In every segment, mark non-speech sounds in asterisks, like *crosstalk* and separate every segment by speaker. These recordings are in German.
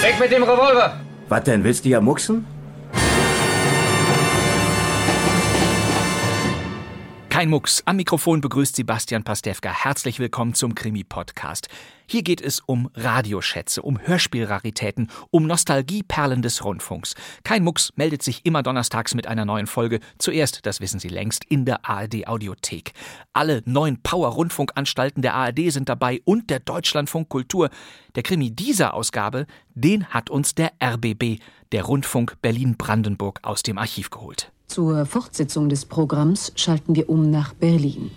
Speaker 1: Weg mit dem Revolver!
Speaker 2: Was denn, willst du ja mucksen?
Speaker 3: Kein Mucks. Am Mikrofon begrüßt Sebastian Pastewka. Herzlich willkommen zum Krimi-Podcast. Hier geht es um Radioschätze, um Hörspielraritäten, um Nostalgieperlen des Rundfunks. Kein Mucks meldet sich immer donnerstags mit einer neuen Folge. Zuerst, das wissen Sie längst, in der ARD-Audiothek. Alle neun Power-Rundfunkanstalten der ARD sind dabei und der Deutschlandfunk Kultur. Der Krimi dieser Ausgabe, den hat uns der RBB, der Rundfunk Berlin-Brandenburg, aus dem Archiv geholt.
Speaker 4: Zur Fortsetzung des Programms schalten wir um nach Berlin.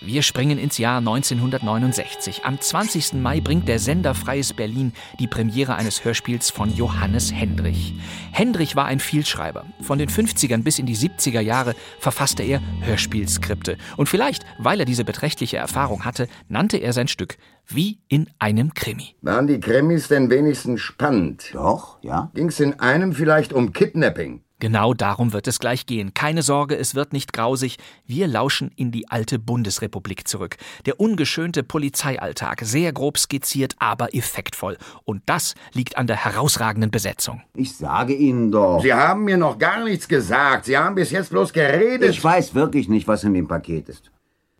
Speaker 3: Wir springen ins Jahr 1969. Am 20. Mai bringt der Sender Freies Berlin die Premiere eines Hörspiels von Johannes Hendrich. Hendrich war ein Vielschreiber. Von den 50ern bis in die 70er Jahre verfasste er Hörspielskripte. Und vielleicht, weil er diese beträchtliche Erfahrung hatte, nannte er sein Stück Wie in einem Krimi.
Speaker 5: Waren die Krimis denn wenigstens spannend?
Speaker 6: Doch, ja.
Speaker 5: Ging's in einem vielleicht um Kidnapping?
Speaker 3: Genau darum wird es gleich gehen. Keine Sorge, es wird nicht grausig. Wir lauschen in die alte Bundesrepublik zurück. Der ungeschönte Polizeialltag, sehr grob skizziert, aber effektvoll. Und das liegt an der herausragenden Besetzung.
Speaker 2: Ich sage Ihnen doch.
Speaker 5: Sie haben mir noch gar nichts gesagt. Sie haben bis jetzt bloß geredet.
Speaker 2: Ich weiß wirklich nicht, was in dem Paket ist.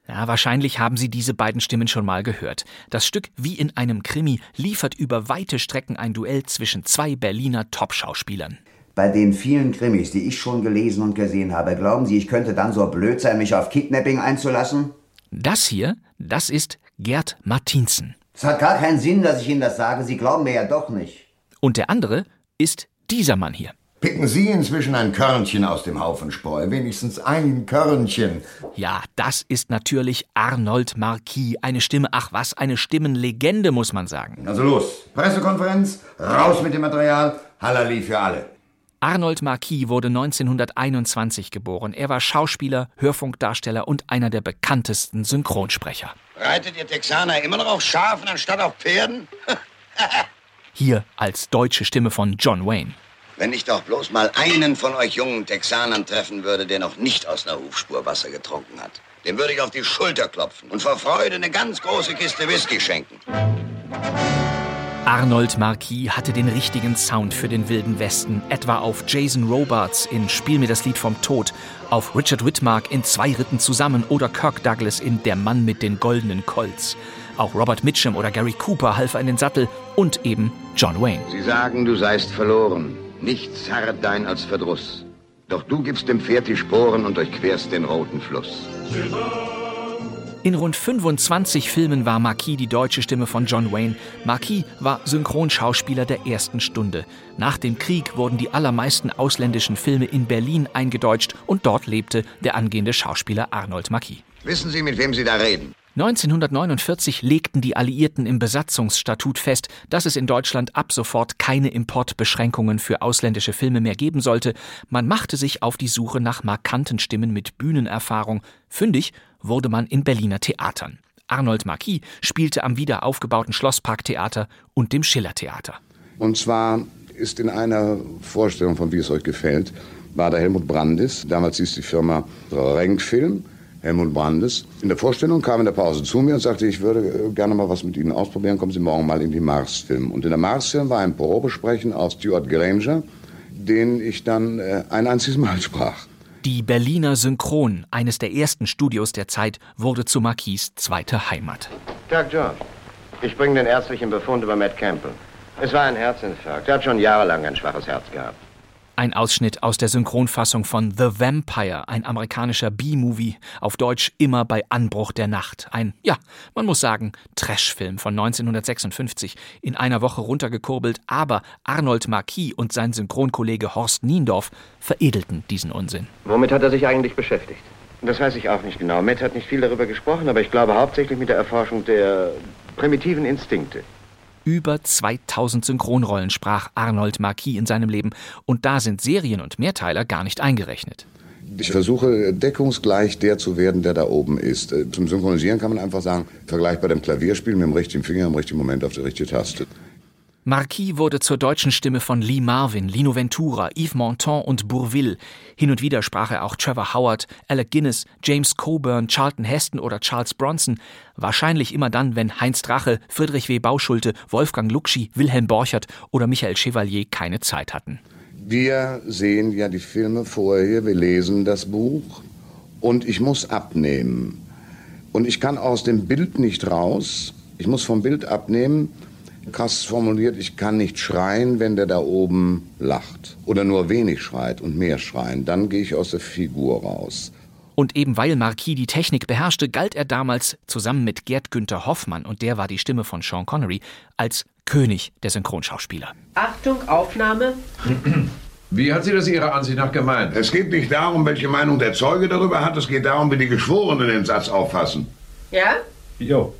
Speaker 3: Ja, wahrscheinlich haben Sie diese beiden Stimmen schon mal gehört. Das Stück Wie in einem Krimi liefert über weite Strecken ein Duell zwischen zwei Berliner Top-Schauspielern.
Speaker 2: Bei den vielen Krimis, die ich schon gelesen und gesehen habe, glauben Sie, ich könnte dann so blöd sein, mich auf Kidnapping einzulassen?
Speaker 3: Das hier, das ist Gerd Martinsen.
Speaker 2: Es hat gar keinen Sinn, dass ich Ihnen das sage. Sie glauben mir ja doch nicht.
Speaker 3: Und der andere ist dieser Mann hier.
Speaker 5: Picken Sie inzwischen ein Körnchen aus dem Haufen Spreu. Wenigstens ein Körnchen.
Speaker 3: Ja, das ist natürlich Arnold Marquis. Eine Stimme, ach was, eine Stimmenlegende, muss man sagen.
Speaker 5: Also los. Pressekonferenz, raus mit dem Material, Hallali für alle.
Speaker 3: Arnold Marquis wurde 1921 geboren. Er war Schauspieler, Hörfunkdarsteller und einer der bekanntesten Synchronsprecher.
Speaker 7: Reitet ihr Texaner immer noch auf Schafen anstatt auf Pferden? *laughs*
Speaker 3: Hier als deutsche Stimme von John Wayne.
Speaker 7: Wenn ich doch bloß mal einen von euch jungen Texanern treffen würde, der noch nicht aus einer Hufspur Wasser getrunken hat. Dem würde ich auf die Schulter klopfen und vor Freude eine ganz große Kiste Whisky schenken.
Speaker 3: Arnold Marquis hatte den richtigen Sound für den Wilden Westen, etwa auf Jason Robards in Spiel mir das Lied vom Tod, auf Richard Whitmark in Zwei Ritten zusammen oder Kirk Douglas in Der Mann mit den goldenen Colts. Auch Robert Mitchum oder Gary Cooper half an den Sattel und eben John Wayne.
Speaker 5: Sie sagen, du seist verloren. Nichts harret dein als Verdruss. Doch du gibst dem Pferd die Sporen und durchquerst den roten Fluss.
Speaker 3: In rund 25 Filmen war Marquis die deutsche Stimme von John Wayne. Marquis war Synchronschauspieler der ersten Stunde. Nach dem Krieg wurden die allermeisten ausländischen Filme in Berlin eingedeutscht und dort lebte der angehende Schauspieler Arnold Marquis.
Speaker 7: Wissen Sie, mit wem Sie da reden?
Speaker 3: 1949 legten die Alliierten im Besatzungsstatut fest, dass es in Deutschland ab sofort keine Importbeschränkungen für ausländische Filme mehr geben sollte. Man machte sich auf die Suche nach markanten Stimmen mit Bühnenerfahrung. Fündig wurde man in Berliner Theatern. Arnold Marquis spielte am wiederaufgebauten Schlossparktheater und dem Schillertheater.
Speaker 8: Und zwar ist in einer Vorstellung von Wie es euch gefällt, war der Helmut Brandes, damals hieß die Firma Renkfilm, Helmut Brandes. In der Vorstellung kam in der Pause zu mir und sagte, ich würde äh, gerne mal was mit Ihnen ausprobieren, kommen Sie morgen mal in die Mars-Film. Und in der Mars-Film war ein Probesprechen aus Stuart Granger, den ich dann äh, ein einziges Mal *laughs* sprach.
Speaker 3: Die Berliner Synchron, eines der ersten Studios der Zeit, wurde zu Marquis zweite Heimat.
Speaker 6: Doug Jones. Ich bringe den ärztlichen Befund über Matt Campbell. Es war ein Herzinfarkt. Er hat schon jahrelang ein schwaches Herz gehabt.
Speaker 3: Ein Ausschnitt aus der Synchronfassung von The Vampire, ein amerikanischer B-Movie, auf Deutsch immer bei Anbruch der Nacht. Ein, ja, man muss sagen, Trashfilm von 1956, in einer Woche runtergekurbelt, aber Arnold Marquis und sein Synchronkollege Horst Niendorf veredelten diesen Unsinn.
Speaker 2: Womit hat er sich eigentlich beschäftigt?
Speaker 6: Das weiß ich auch nicht genau. Matt hat nicht viel darüber gesprochen, aber ich glaube hauptsächlich mit der Erforschung der primitiven Instinkte.
Speaker 3: Über 2000 Synchronrollen sprach Arnold Marquis in seinem Leben und da sind Serien und Mehrteiler gar nicht eingerechnet.
Speaker 8: Ich versuche deckungsgleich der zu werden, der da oben ist. Äh, Zum Synchronisieren kann man einfach sagen, vergleich bei dem Klavierspiel mit dem richtigen Finger im richtigen Moment auf die richtige Taste.
Speaker 3: Marquis wurde zur deutschen Stimme von Lee Marvin, Lino Ventura, Yves Montand und Bourvil. Hin und wieder sprach er auch Trevor Howard, Alec Guinness, James Coburn, Charlton Heston oder Charles Bronson. Wahrscheinlich immer dann, wenn Heinz Drache, Friedrich W. Bauschulte, Wolfgang Luxi, Wilhelm Borchert oder Michael Chevalier keine Zeit hatten.
Speaker 8: Wir sehen ja die Filme vorher, wir lesen das Buch und ich muss abnehmen. Und ich kann aus dem Bild nicht raus, ich muss vom Bild abnehmen. Krass formuliert, ich kann nicht schreien, wenn der da oben lacht. Oder nur wenig schreit und mehr schreien. Dann gehe ich aus der Figur raus.
Speaker 3: Und eben weil Marquis die Technik beherrschte, galt er damals zusammen mit Gerd Günther Hoffmann, und der war die Stimme von Sean Connery, als König der Synchronschauspieler.
Speaker 9: Achtung, Aufnahme.
Speaker 5: Wie hat sie das Ihrer Ansicht nach gemeint?
Speaker 10: Es geht nicht darum, welche Meinung der Zeuge darüber hat, es geht darum, wie die Geschworenen den Satz auffassen.
Speaker 9: Ja?
Speaker 10: Jo.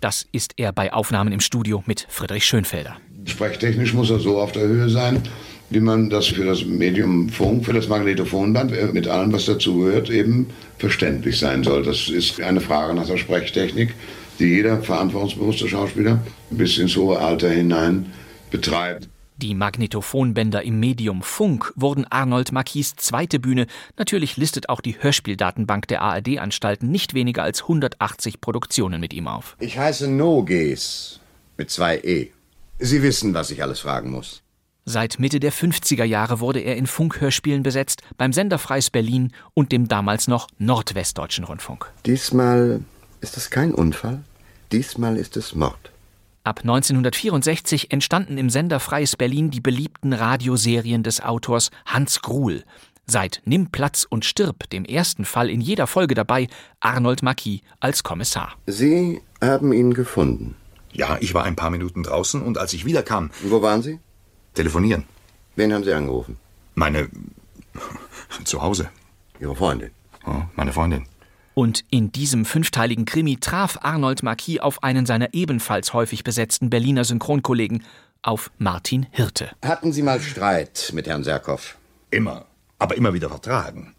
Speaker 3: Das ist er bei Aufnahmen im Studio mit Friedrich Schönfelder.
Speaker 8: Sprechtechnisch muss er so auf der Höhe sein, wie man das für das Medium Funk, für das Magnetophonband äh, mit allem, was dazugehört, eben verständlich sein soll. Das ist eine Frage nach der Sprechtechnik, die jeder verantwortungsbewusste Schauspieler bis ins hohe Alter hinein betreibt.
Speaker 3: Die Magnetophonbänder im Medium Funk wurden Arnold Marquis zweite Bühne. Natürlich listet auch die Hörspieldatenbank der ARD-Anstalten nicht weniger als 180 Produktionen mit ihm auf.
Speaker 7: Ich heiße Noges mit zwei E. Sie wissen, was ich alles fragen muss.
Speaker 3: Seit Mitte der 50er Jahre wurde er in Funkhörspielen besetzt, beim Sender Freies Berlin und dem damals noch Nordwestdeutschen Rundfunk.
Speaker 5: Diesmal ist es kein Unfall. Diesmal ist es Mord.
Speaker 3: Ab 1964 entstanden im Sender Freies Berlin die beliebten Radioserien des Autors Hans Gruhl. Seit Nimm Platz und stirb, dem ersten Fall in jeder Folge dabei, Arnold Marquis als Kommissar.
Speaker 5: Sie haben ihn gefunden.
Speaker 11: Ja, ich war ein paar Minuten draußen und als ich wiederkam.
Speaker 5: Wo waren Sie?
Speaker 11: Telefonieren.
Speaker 5: Wen haben Sie angerufen?
Speaker 11: Meine. *laughs* zu Hause.
Speaker 5: Ihre Freundin.
Speaker 11: Oh, meine Freundin.
Speaker 3: Und in diesem fünfteiligen Krimi traf Arnold Marquis auf einen seiner ebenfalls häufig besetzten Berliner Synchronkollegen, auf Martin Hirte.
Speaker 7: Hatten Sie mal Streit mit Herrn Serkow?
Speaker 11: Immer. Aber immer wieder vertragen.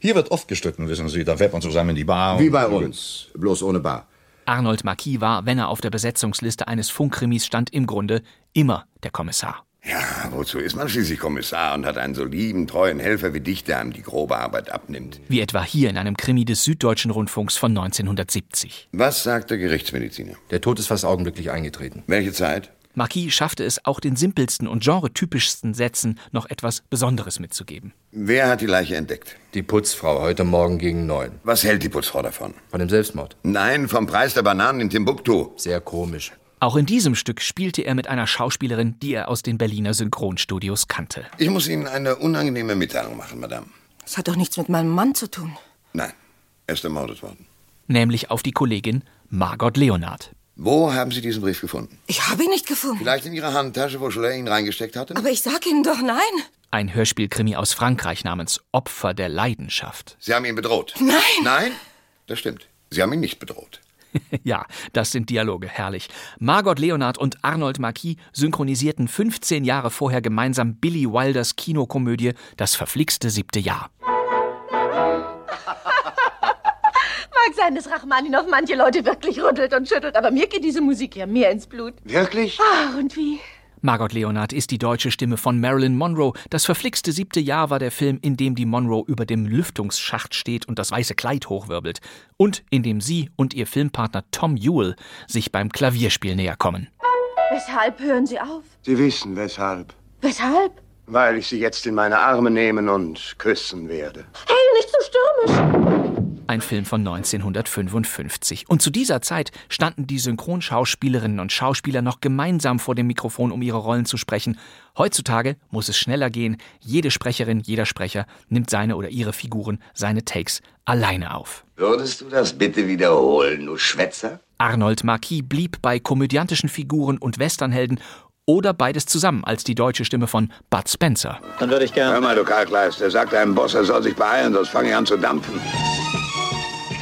Speaker 11: Hier wird oft gestritten, wissen Sie. Da fährt man zusammen in die Bar.
Speaker 7: Wie bei uns, bloß ohne Bar.
Speaker 3: Arnold Marquis war, wenn er auf der Besetzungsliste eines Funkkrimis stand, im Grunde immer der Kommissar.
Speaker 5: Ja,
Speaker 7: Ah, Wozu ist man schließlich Kommissar und hat einen so lieben, treuen Helfer wie dich, der einem die grobe Arbeit abnimmt?
Speaker 3: Wie etwa hier in einem Krimi des Süddeutschen Rundfunks von 1970.
Speaker 7: Was sagt der Gerichtsmediziner?
Speaker 1: Der Tod ist fast augenblicklich eingetreten.
Speaker 7: Welche Zeit?
Speaker 3: Marquis schaffte es auch den simpelsten und genretypischsten Sätzen noch etwas Besonderes mitzugeben.
Speaker 7: Wer hat die Leiche entdeckt?
Speaker 1: Die Putzfrau heute Morgen gegen neun.
Speaker 7: Was hält die Putzfrau davon?
Speaker 1: Von dem Selbstmord.
Speaker 7: Nein, vom Preis der Bananen in Timbuktu.
Speaker 1: Sehr komisch.
Speaker 3: Auch in diesem Stück spielte er mit einer Schauspielerin, die er aus den Berliner Synchronstudios kannte.
Speaker 7: Ich muss Ihnen eine unangenehme Mitteilung machen, Madame.
Speaker 12: Das hat doch nichts mit meinem Mann zu tun.
Speaker 7: Nein, er ist ermordet worden.
Speaker 3: Nämlich auf die Kollegin Margot Leonard.
Speaker 7: Wo haben Sie diesen Brief gefunden?
Speaker 12: Ich habe ihn nicht gefunden.
Speaker 7: Vielleicht in Ihrer Handtasche, wo Schleyer ihn reingesteckt hatte?
Speaker 12: Aber ich sag Ihnen doch nein.
Speaker 3: Ein Hörspielkrimi aus Frankreich namens Opfer der Leidenschaft.
Speaker 7: Sie haben ihn bedroht.
Speaker 12: Nein.
Speaker 7: Nein? Das stimmt. Sie haben ihn nicht bedroht.
Speaker 3: *laughs* ja, das sind Dialoge, herrlich. Margot Leonard und Arnold Marquis synchronisierten 15 Jahre vorher gemeinsam Billy Wilders Kinokomödie Das verflixte siebte Jahr.
Speaker 12: Mag sein, dass Rachmaninow manche Leute wirklich rüttelt und schüttelt, aber mir geht diese Musik ja mehr ins Blut.
Speaker 7: Wirklich?
Speaker 12: Ah, und wie?
Speaker 3: Margot Leonard ist die deutsche Stimme von Marilyn Monroe. Das verflixte siebte Jahr war der Film, in dem die Monroe über dem Lüftungsschacht steht und das weiße Kleid hochwirbelt. Und in dem sie und ihr Filmpartner Tom Ewell sich beim Klavierspiel näher kommen.
Speaker 12: Weshalb hören Sie auf?
Speaker 5: Sie wissen weshalb.
Speaker 12: Weshalb?
Speaker 5: Weil ich Sie jetzt in meine Arme nehmen und küssen werde.
Speaker 12: Hey, nicht so stürmisch!
Speaker 3: Ein Film von 1955. Und zu dieser Zeit standen die Synchronschauspielerinnen und Schauspieler noch gemeinsam vor dem Mikrofon, um ihre Rollen zu sprechen. Heutzutage muss es schneller gehen. Jede Sprecherin, jeder Sprecher nimmt seine oder ihre Figuren, seine Takes alleine auf.
Speaker 7: Würdest du das bitte wiederholen, du Schwätzer?
Speaker 3: Arnold Marquis blieb bei komödiantischen Figuren und Westernhelden oder beides zusammen als die deutsche Stimme von Bud Spencer.
Speaker 5: Dann würde ich gerne.
Speaker 10: Hör mal, du Karlkleist, der sagt einem Boss, er soll sich beeilen, sonst fange ich an zu dampfen.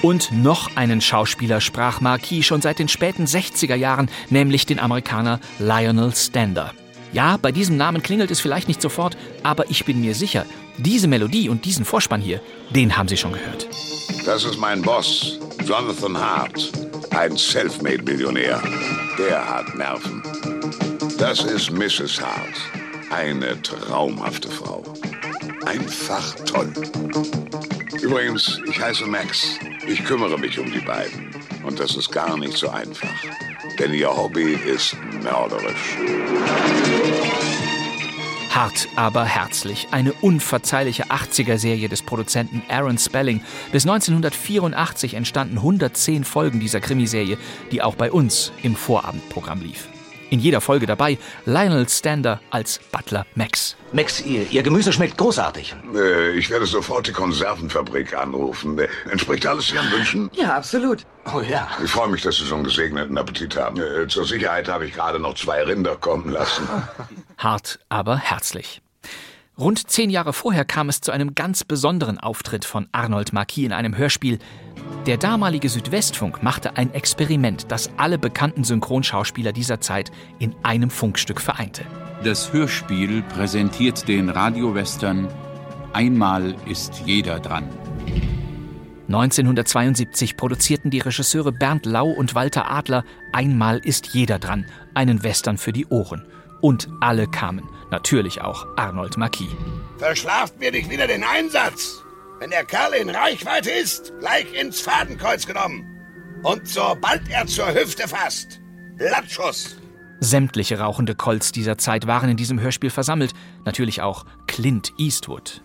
Speaker 3: Und noch einen Schauspieler sprach Marquis schon seit den späten 60er Jahren, nämlich den Amerikaner Lionel Stander. Ja, bei diesem Namen klingelt es vielleicht nicht sofort, aber ich bin mir sicher, diese Melodie und diesen Vorspann hier, den haben Sie schon gehört.
Speaker 10: Das ist mein Boss, Jonathan Hart. Ein Selfmade-Millionär. Der hat Nerven. Das ist Mrs. Hart. Eine traumhafte Frau. Einfach toll. Übrigens, ich heiße Max. Ich kümmere mich um die beiden. Und das ist gar nicht so einfach. Denn ihr Hobby ist mörderisch.
Speaker 3: Hart, aber herzlich. Eine unverzeihliche 80er-Serie des Produzenten Aaron Spelling. Bis 1984 entstanden 110 Folgen dieser Krimiserie, die auch bei uns im Vorabendprogramm lief. In jeder Folge dabei Lionel Stander als Butler Max.
Speaker 9: Max, ihr, ihr Gemüse schmeckt großartig.
Speaker 10: Äh, Ich werde sofort die Konservenfabrik anrufen. Äh, Entspricht alles Ihren Wünschen?
Speaker 9: Ja, absolut. Oh ja.
Speaker 10: Ich freue mich, dass Sie so einen gesegneten Appetit haben. Äh, Zur Sicherheit habe ich gerade noch zwei Rinder kommen lassen.
Speaker 3: Hart, aber herzlich. Rund zehn Jahre vorher kam es zu einem ganz besonderen Auftritt von Arnold Marquis in einem Hörspiel. Der damalige Südwestfunk machte ein Experiment, das alle bekannten Synchronschauspieler dieser Zeit in einem Funkstück vereinte.
Speaker 13: Das Hörspiel präsentiert den Radiowestern Einmal ist jeder dran.
Speaker 3: 1972 produzierten die Regisseure Bernd Lau und Walter Adler Einmal ist jeder dran, einen Western für die Ohren. Und alle kamen, natürlich auch Arnold Marquis.
Speaker 7: Verschlaft mir nicht wieder den Einsatz. Wenn der Kerl in Reichweite ist, gleich ins Fadenkreuz genommen. Und sobald er zur Hüfte fasst, Blattschuss.
Speaker 3: Sämtliche rauchende Colts dieser Zeit waren in diesem Hörspiel versammelt, natürlich auch Clint Eastwood,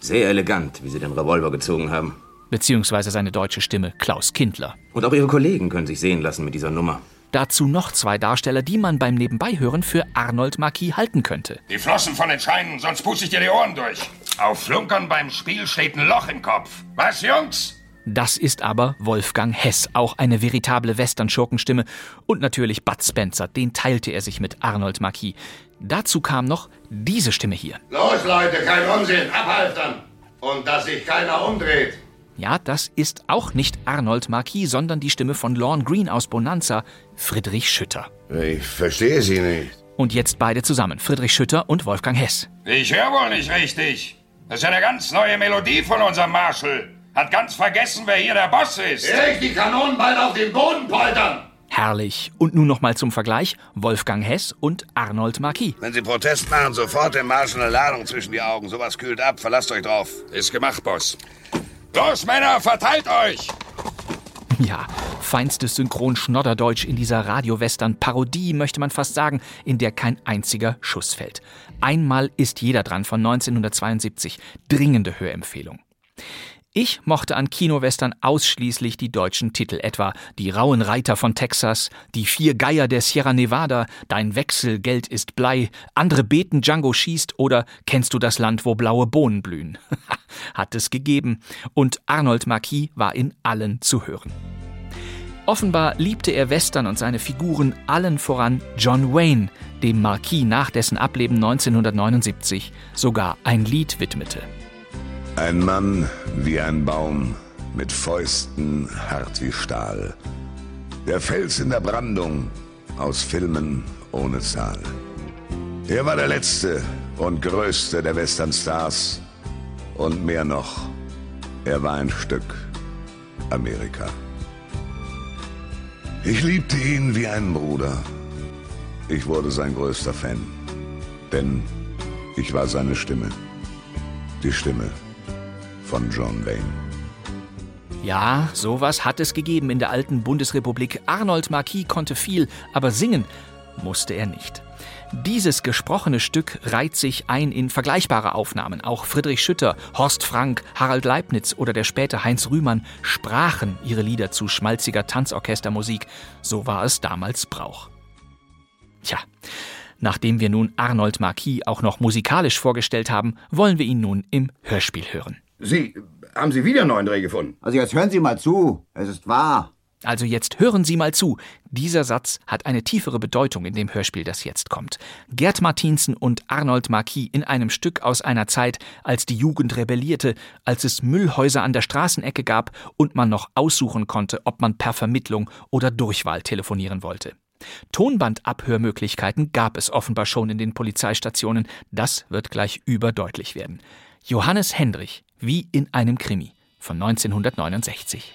Speaker 14: Sehr elegant, wie Sie den Revolver gezogen haben.
Speaker 3: beziehungsweise seine deutsche Stimme Klaus Kindler.
Speaker 14: Und auch Ihre Kollegen können sich sehen lassen mit dieser Nummer.
Speaker 3: Dazu noch zwei Darsteller, die man beim Nebenbeihören für Arnold Marquis halten könnte.
Speaker 15: Die Flossen von den Scheinen, sonst puste ich dir die Ohren durch. Auf Flunkern beim Spiel steht ein Loch im Kopf. Was, Jungs?
Speaker 3: Das ist aber Wolfgang Hess, auch eine veritable Western-Schurkenstimme. Und natürlich Bud Spencer, den teilte er sich mit Arnold Marquis. Dazu kam noch diese Stimme hier.
Speaker 10: Los, Leute, kein Unsinn. Abhaltern. Und dass sich keiner umdreht.
Speaker 3: Ja, das ist auch nicht Arnold Marquis, sondern die Stimme von Lorne Green aus Bonanza, Friedrich Schütter.
Speaker 10: Ich verstehe Sie nicht.
Speaker 3: Und jetzt beide zusammen, Friedrich Schütter und Wolfgang Hess.
Speaker 15: Ich höre wohl nicht richtig. Das ist ja eine ganz neue Melodie von unserem Marshall. Hat ganz vergessen, wer hier der Boss ist.
Speaker 10: Leg die Kanonen bald auf den Boden, poltern!
Speaker 3: Herrlich. Und nun nochmal zum Vergleich, Wolfgang Hess und Arnold Marquis.
Speaker 7: Wenn Sie Protest machen, sofort dem Marsch eine Ladung zwischen die Augen. Sowas kühlt ab. Verlasst euch drauf. Ist gemacht, Boss.
Speaker 15: Los, Männer, verteilt euch!
Speaker 3: *laughs* Ja, feinstes Synchron-Schnodderdeutsch in dieser Radio-Western-Parodie, möchte man fast sagen, in der kein einziger Schuss fällt. Einmal ist jeder dran von 1972. Dringende Hörempfehlung. Ich mochte an Kinowestern ausschließlich die deutschen Titel, etwa Die rauen Reiter von Texas, Die vier Geier der Sierra Nevada, Dein Wechselgeld ist Blei, Andere beten, Django schießt oder Kennst du das Land, wo blaue Bohnen blühen? *laughs* Hat es gegeben. Und Arnold Marquis war in allen zu hören. Offenbar liebte er Western und seine Figuren allen voran John Wayne, dem Marquis nach dessen Ableben 1979 sogar ein Lied widmete.
Speaker 10: Ein Mann wie ein Baum, mit Fäusten hart wie Stahl. Der Fels in der Brandung, aus Filmen ohne Zahl. Er war der letzte und größte der Westernstars. Und mehr noch, er war ein Stück Amerika. Ich liebte ihn wie einen Bruder. Ich wurde sein größter Fan, denn ich war seine Stimme. Die Stimme von John Wayne.
Speaker 3: Ja, sowas hat es gegeben in der alten Bundesrepublik. Arnold Marquis konnte viel, aber singen musste er nicht. Dieses gesprochene Stück reiht sich ein in vergleichbare Aufnahmen. Auch Friedrich Schütter, Horst Frank, Harald Leibniz oder der späte Heinz Rühmann sprachen ihre Lieder zu schmalziger Tanzorchestermusik. So war es damals Brauch. Tja, nachdem wir nun Arnold Marquis auch noch musikalisch vorgestellt haben, wollen wir ihn nun im Hörspiel hören.
Speaker 2: Sie, haben Sie wieder einen neuen Dreh gefunden? Also jetzt hören Sie mal zu. Es ist wahr.
Speaker 3: Also jetzt hören Sie mal zu. Dieser Satz hat eine tiefere Bedeutung in dem Hörspiel, das jetzt kommt. Gerd Martinsen und Arnold Marquis in einem Stück aus einer Zeit, als die Jugend rebellierte, als es Müllhäuser an der Straßenecke gab und man noch aussuchen konnte, ob man per Vermittlung oder Durchwahl telefonieren wollte. Tonbandabhörmöglichkeiten gab es offenbar schon in den Polizeistationen. Das wird gleich überdeutlich werden. Johannes Hendrich, wie in einem Krimi von 1969.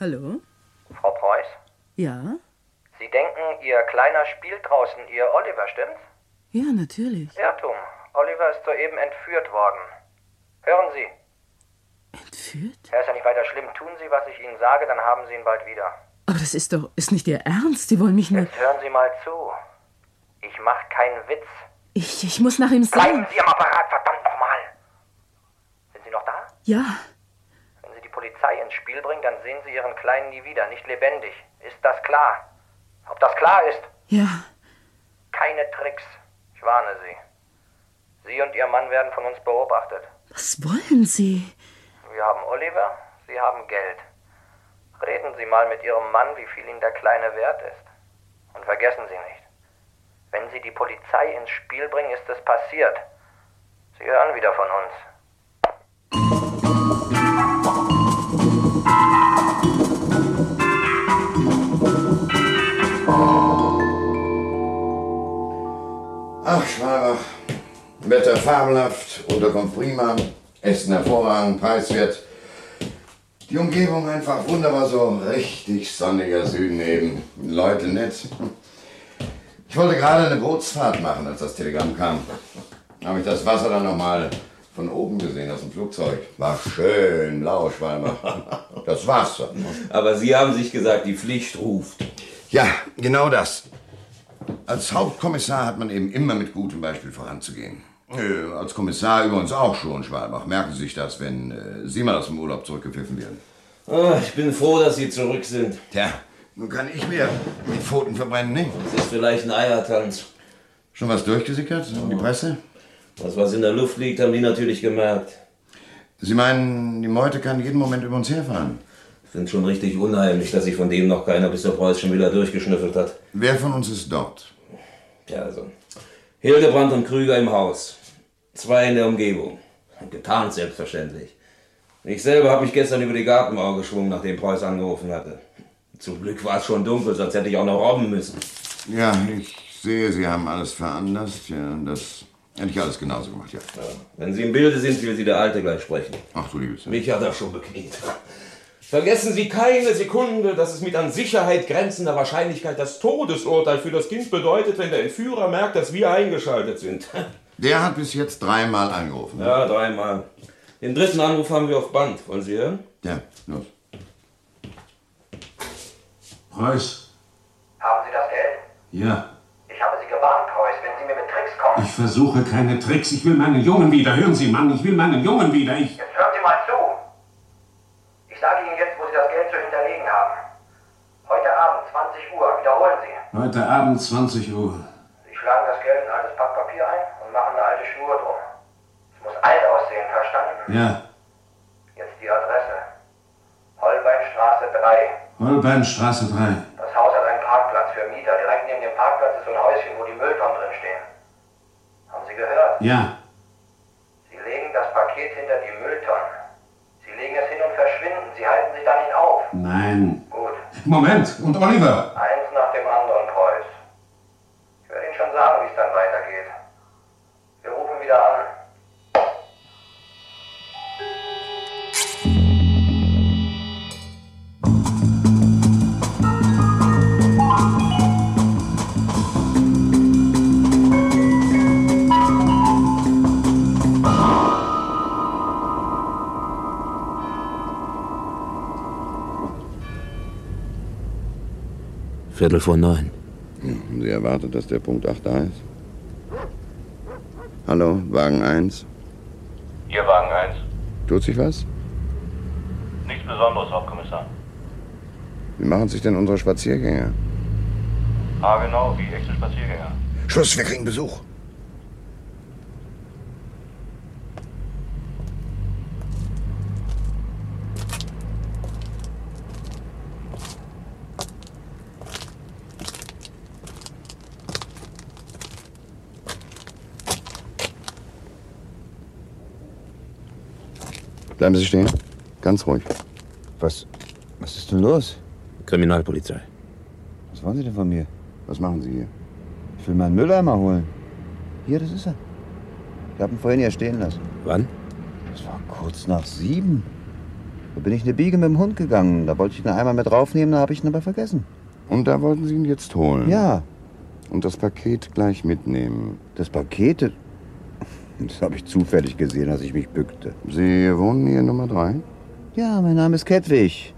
Speaker 16: Hallo?
Speaker 17: Frau Preuß,
Speaker 16: Ja?
Speaker 17: Sie denken, Ihr Kleiner spielt draußen, Ihr Oliver, stimmt's?
Speaker 16: Ja, natürlich.
Speaker 17: Irrtum. Oliver ist soeben entführt worden. Hören Sie.
Speaker 16: Entführt?
Speaker 17: Er ist ja nicht weiter schlimm. Tun Sie, was ich Ihnen sage, dann haben Sie ihn bald wieder.
Speaker 16: Aber das ist doch, ist nicht Ihr Ernst? Sie wollen mich nur.
Speaker 17: Jetzt hören Sie mal zu. Ich mach keinen Witz.
Speaker 16: Ich, ich muss nach ihm
Speaker 17: Bleiben
Speaker 16: sehen.
Speaker 17: Sie am Apparat, verdammt nochmal! Sind Sie noch da?
Speaker 16: Ja,
Speaker 17: Wenn Sie die Polizei ins Spiel bringen, dann sehen Sie Ihren Kleinen nie wieder, nicht lebendig. Ist das klar? Ob das klar ist?
Speaker 16: ja.
Speaker 17: Keine Tricks. Ich warne Sie. Sie und Ihr Mann werden von uns beobachtet.
Speaker 16: Was wollen Sie?
Speaker 17: Wir haben Oliver, Sie haben Geld. Reden Sie mal mit Ihrem Mann, wie viel Ihnen der Kleine wert ist. Und vergessen Sie nicht, wenn Sie die Polizei ins Spiel bringen, ist es passiert. Sie hören wieder von uns.
Speaker 7: Ach, Schwager. Wetter fabelhaft, Unterkunft prima, Essen hervorragend, preiswert. Die Umgebung einfach wunderbar, so richtig sonniger Süden eben. Leute nett. Ich wollte gerade eine Bootsfahrt machen, als das Telegramm kam. Da habe ich das Wasser dann nochmal von oben gesehen aus dem Flugzeug. War schön blau, Schwalmer. Das Wasser. ne?
Speaker 14: Aber Sie haben sich gesagt, die Pflicht ruft.
Speaker 7: Ja, genau das. Als Hauptkommissar hat man eben immer mit gutem Beispiel voranzugehen. Äh, als Kommissar übrigens auch schon, Schwalbach. Merken Sie sich das, wenn äh, Sie mal aus dem Urlaub zurückgepfiffen werden.
Speaker 14: Ah, ich bin froh, dass Sie zurück sind.
Speaker 7: Tja, nun kann ich mir die Pfoten verbrennen, nicht?
Speaker 14: Das ist vielleicht ein Eiertanz.
Speaker 7: Schon was durchgesickert? Die Presse?
Speaker 14: Das, was in der Luft liegt, haben die natürlich gemerkt.
Speaker 7: Sie meinen, die Meute kann jeden Moment über uns herfahren?
Speaker 14: Sind schon richtig unheimlich, dass sich von dem noch keiner bis zur Preuß schon wieder durchgeschnüffelt hat.
Speaker 7: Wer von uns ist dort?
Speaker 14: Ja, also. Hildebrand und Krüger im Haus. Zwei in der Umgebung. Getarnt selbstverständlich. Ich selber habe mich gestern über die Gartenmauer geschwungen, nachdem Preuß angerufen hatte. Zum Glück war es schon dunkel, sonst hätte ich auch noch robben müssen.
Speaker 7: Ja, ich sehe, Sie haben alles veranlasst. Ja, das hätte ich alles genauso gemacht, ja.
Speaker 14: Wenn Sie im Bilde sind, will Sie der Alte gleich sprechen.
Speaker 7: Ach du liebes.
Speaker 14: Mich hat er schon bekniet. Vergessen Sie keine Sekunde, dass es mit an Sicherheit grenzender Wahrscheinlichkeit das Todesurteil für das Kind bedeutet, wenn der Entführer merkt, dass wir eingeschaltet sind.
Speaker 7: Der hat bis jetzt dreimal angerufen.
Speaker 14: Ja, dreimal. Den dritten Anruf haben wir auf Band. Wollen Sie hören?
Speaker 7: Ja, los.
Speaker 18: Preuß?
Speaker 17: Haben Sie das Geld?
Speaker 18: Ja.
Speaker 17: Ich habe Sie gewarnt, Preuß, wenn Sie mir mit Tricks kommen.
Speaker 18: Ich versuche keine Tricks. Ich will meinen Jungen wieder. Hören Sie, Mann, ich will meinen Jungen wieder. Ich.
Speaker 17: Jetzt hören Sie mal zu. Ich sage Ihnen jetzt, wo Sie das Geld zu hinterlegen haben. Heute Abend, 20 Uhr, wiederholen Sie.
Speaker 18: Heute Abend 20 Uhr.
Speaker 17: Sie schlagen das Geld in altes Packpapier ein und machen eine alte Schnur drum. Es muss alt aussehen, verstanden?
Speaker 18: Ja.
Speaker 17: Jetzt die Adresse. Holbeinstraße 3.
Speaker 18: Holbeinstraße 3.
Speaker 17: Das Haus hat einen Parkplatz für Mieter. Direkt neben dem Parkplatz ist so ein Häuschen, wo die Mülltonnen drin stehen. Haben Sie gehört?
Speaker 18: Ja.
Speaker 17: Sie legen das Paket hinter die Mülltonnen. Sie legen es hin und verschwinden. Sie halten sich da nicht auf.
Speaker 18: Nein. Moment, und Oliver?
Speaker 17: Eins nach dem anderen, Preuß. Ich werde Ihnen schon sagen, wie es dann weitergeht. Wir rufen wieder an.
Speaker 14: Viertel vor neun.
Speaker 7: Hm,
Speaker 8: Sie erwartet, dass der Punkt 8 da ist? Hallo, Wagen 1.
Speaker 19: Ihr Wagen 1.
Speaker 8: Tut sich was?
Speaker 19: Nichts Besonderes, Hauptkommissar.
Speaker 7: Wie machen sich denn unsere Spaziergänge?
Speaker 17: Ah, genau, wie echte Spaziergänger.
Speaker 7: Schluss, wir kriegen Besuch. Bleiben Sie stehen. Ganz ruhig. Was, was ist denn los?
Speaker 20: Kriminalpolizei.
Speaker 7: Was wollen Sie denn von mir? Was machen Sie hier?
Speaker 20: Ich will meinen
Speaker 7: hein,
Speaker 20: Mülleimer holen.
Speaker 7: Hier, das ist er. Ich habe ihn vorhin hier stehen lassen.
Speaker 20: Wann?
Speaker 7: Das war kurz nach sieben. Da bin ich eine Biege mit dem Hund gegangen. Da wollte ich ihn einmal mit raufnehmen, da habe ich ihn aber vergessen. Und da wollten Sie ihn jetzt holen? Ja. Und das Paket gleich mitnehmen? Das Paket? Das habe ich zufällig gesehen, als ich mich bückte. Sie wohnen hier Nummer drei?
Speaker 21: Ja, mein Name ist Kettwig.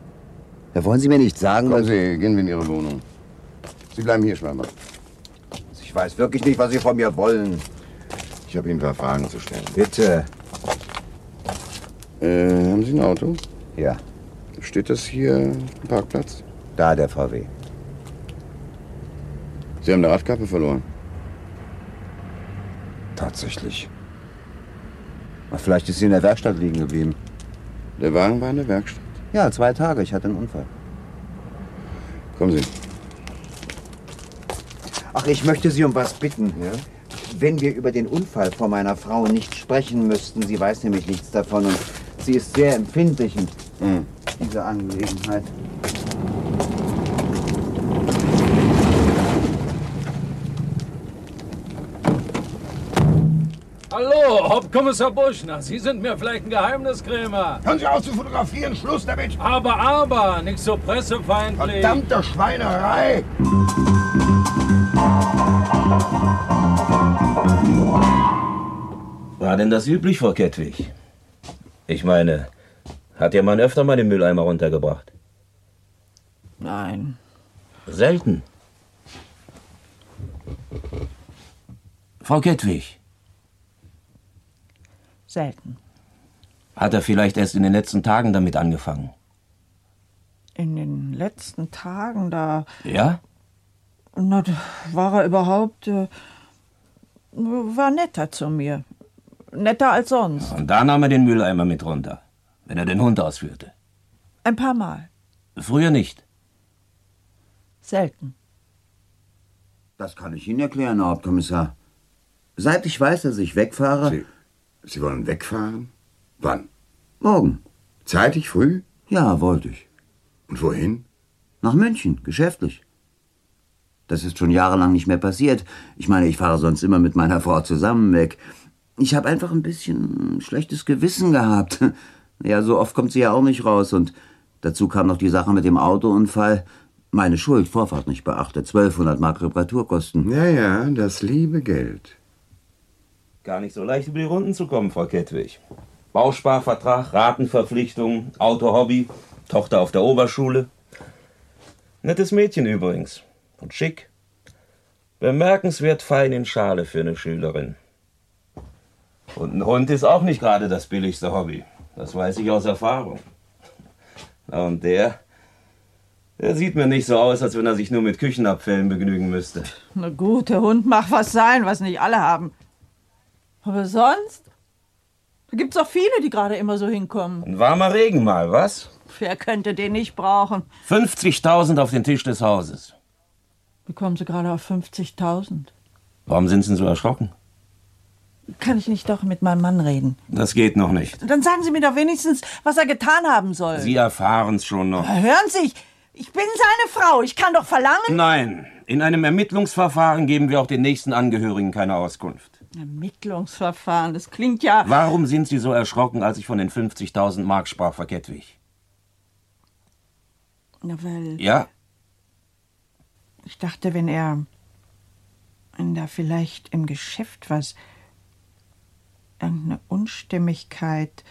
Speaker 21: Da wollen Sie mir nicht sagen,
Speaker 7: Kommen Sie, gehen wir in Ihre Wohnung. Sie bleiben hier, Schweiber.
Speaker 21: Also Ich weiß wirklich nicht, was Sie von mir wollen.
Speaker 7: Ich habe Ihnen ein paar Fragen zu stellen.
Speaker 21: Bitte.
Speaker 7: Äh, haben Sie ein Auto?
Speaker 21: Ja.
Speaker 7: Steht das hier im Parkplatz?
Speaker 21: Da, der VW.
Speaker 7: Sie haben eine Radkappe verloren.
Speaker 21: Tatsächlich. Aber vielleicht ist sie in der Werkstatt liegen geblieben.
Speaker 7: Der Wagen war in der Werkstatt?
Speaker 21: Ja, zwei Tage. Ich hatte einen Unfall.
Speaker 7: Kommen Sie.
Speaker 21: Ach, ich möchte Sie um was bitten. Wenn wir über den Unfall von meiner Frau nicht sprechen müssten, sie weiß nämlich nichts davon und sie ist sehr empfindlich in dieser Angelegenheit.
Speaker 18: Hallo, Hauptkommissar Buschner, Sie sind mir vielleicht ein Geheimniskrämer.
Speaker 22: Hören Sie auf zu fotografieren, Schluss damit!
Speaker 18: Aber, aber, nicht so pressefeindlich.
Speaker 22: Verdammte Schweinerei!
Speaker 14: War denn das üblich, Frau Kettwig? Ich meine, hat Ihr Mann öfter mal den Mülleimer runtergebracht?
Speaker 4: Nein.
Speaker 14: Selten. Frau Kettwig,
Speaker 4: Selten.
Speaker 14: hat er vielleicht erst in den letzten Tagen damit angefangen?
Speaker 4: In den letzten Tagen, da,
Speaker 14: Ja?
Speaker 4: na, da war er überhaupt. Äh, war netter zu mir. Netter als sonst.
Speaker 14: Und da nahm er den Mülleimer mit runter, wenn er den Hund ausführte.
Speaker 4: Ein paar Mal.
Speaker 14: Früher nicht.
Speaker 4: Selten.
Speaker 21: Das kann ich Ihnen erklären, Herr Hauptkommissar. Seit ich weiß, dass ich wegfahre. Sie,
Speaker 7: Sie wollen wegfahren?
Speaker 21: Wann? Morgen.
Speaker 7: Zeitig früh?
Speaker 21: Ja, wollte ich.
Speaker 7: Und wohin?
Speaker 21: Nach München, geschäftlich. Das ist schon jahrelang nicht mehr passiert. Ich meine, ich fahre sonst immer mit meiner Frau zusammen weg. Ich habe einfach ein bisschen schlechtes Gewissen gehabt. *laughs* Ja, so oft kommt sie ja auch nicht raus. Und dazu kam noch die Sache mit dem Autounfall. Meine Schuld, Vorfahrt nicht beachtet. 1200 Mark Reparaturkosten.
Speaker 7: Ja, ja, das liebe Geld.
Speaker 14: Gar nicht so leicht über die Runden zu kommen, Frau Kettwig. Bausparvertrag, Ratenverpflichtung, Autohobby, Tochter auf der Oberschule. Nettes Mädchen übrigens. Und schick. Bemerkenswert fein in Schale für eine Schülerin. Und ein Hund ist auch nicht gerade das billigste Hobby. Das weiß ich aus Erfahrung. Na und der, der sieht mir nicht so aus, als wenn er sich nur mit Küchenabfällen begnügen müsste.
Speaker 4: Na gut, der Hund macht was sein, was nicht alle haben. Aber sonst? Da gibt's auch viele, die gerade immer so hinkommen.
Speaker 14: Ein warmer Regen mal, was?
Speaker 4: Wer könnte den nicht brauchen?
Speaker 14: 50.000 auf den Tisch des Hauses.
Speaker 4: Wie kommen Sie gerade auf 50.000?
Speaker 14: Warum sind Sie denn so erschrocken?
Speaker 4: Kann ich nicht doch mit meinem Mann reden?
Speaker 14: Das geht noch nicht.
Speaker 4: Dann sagen Sie mir doch wenigstens, was er getan haben soll.
Speaker 14: Sie erfahren es schon noch.
Speaker 4: Hören Sie, ich- ich bin seine Frau. Ich kann doch verlangen.
Speaker 14: Nein, in einem Ermittlungsverfahren geben wir auch den nächsten Angehörigen keine Auskunft.
Speaker 4: Ermittlungsverfahren, das klingt ja.
Speaker 14: Warum sind Sie so erschrocken, als ich von den 50.000 Mark sprach, Frau Kettwig?
Speaker 4: Na, weil
Speaker 14: Ja,
Speaker 4: ich dachte, wenn er. wenn da vielleicht im Geschäft was. irgendeine Unstimmigkeit.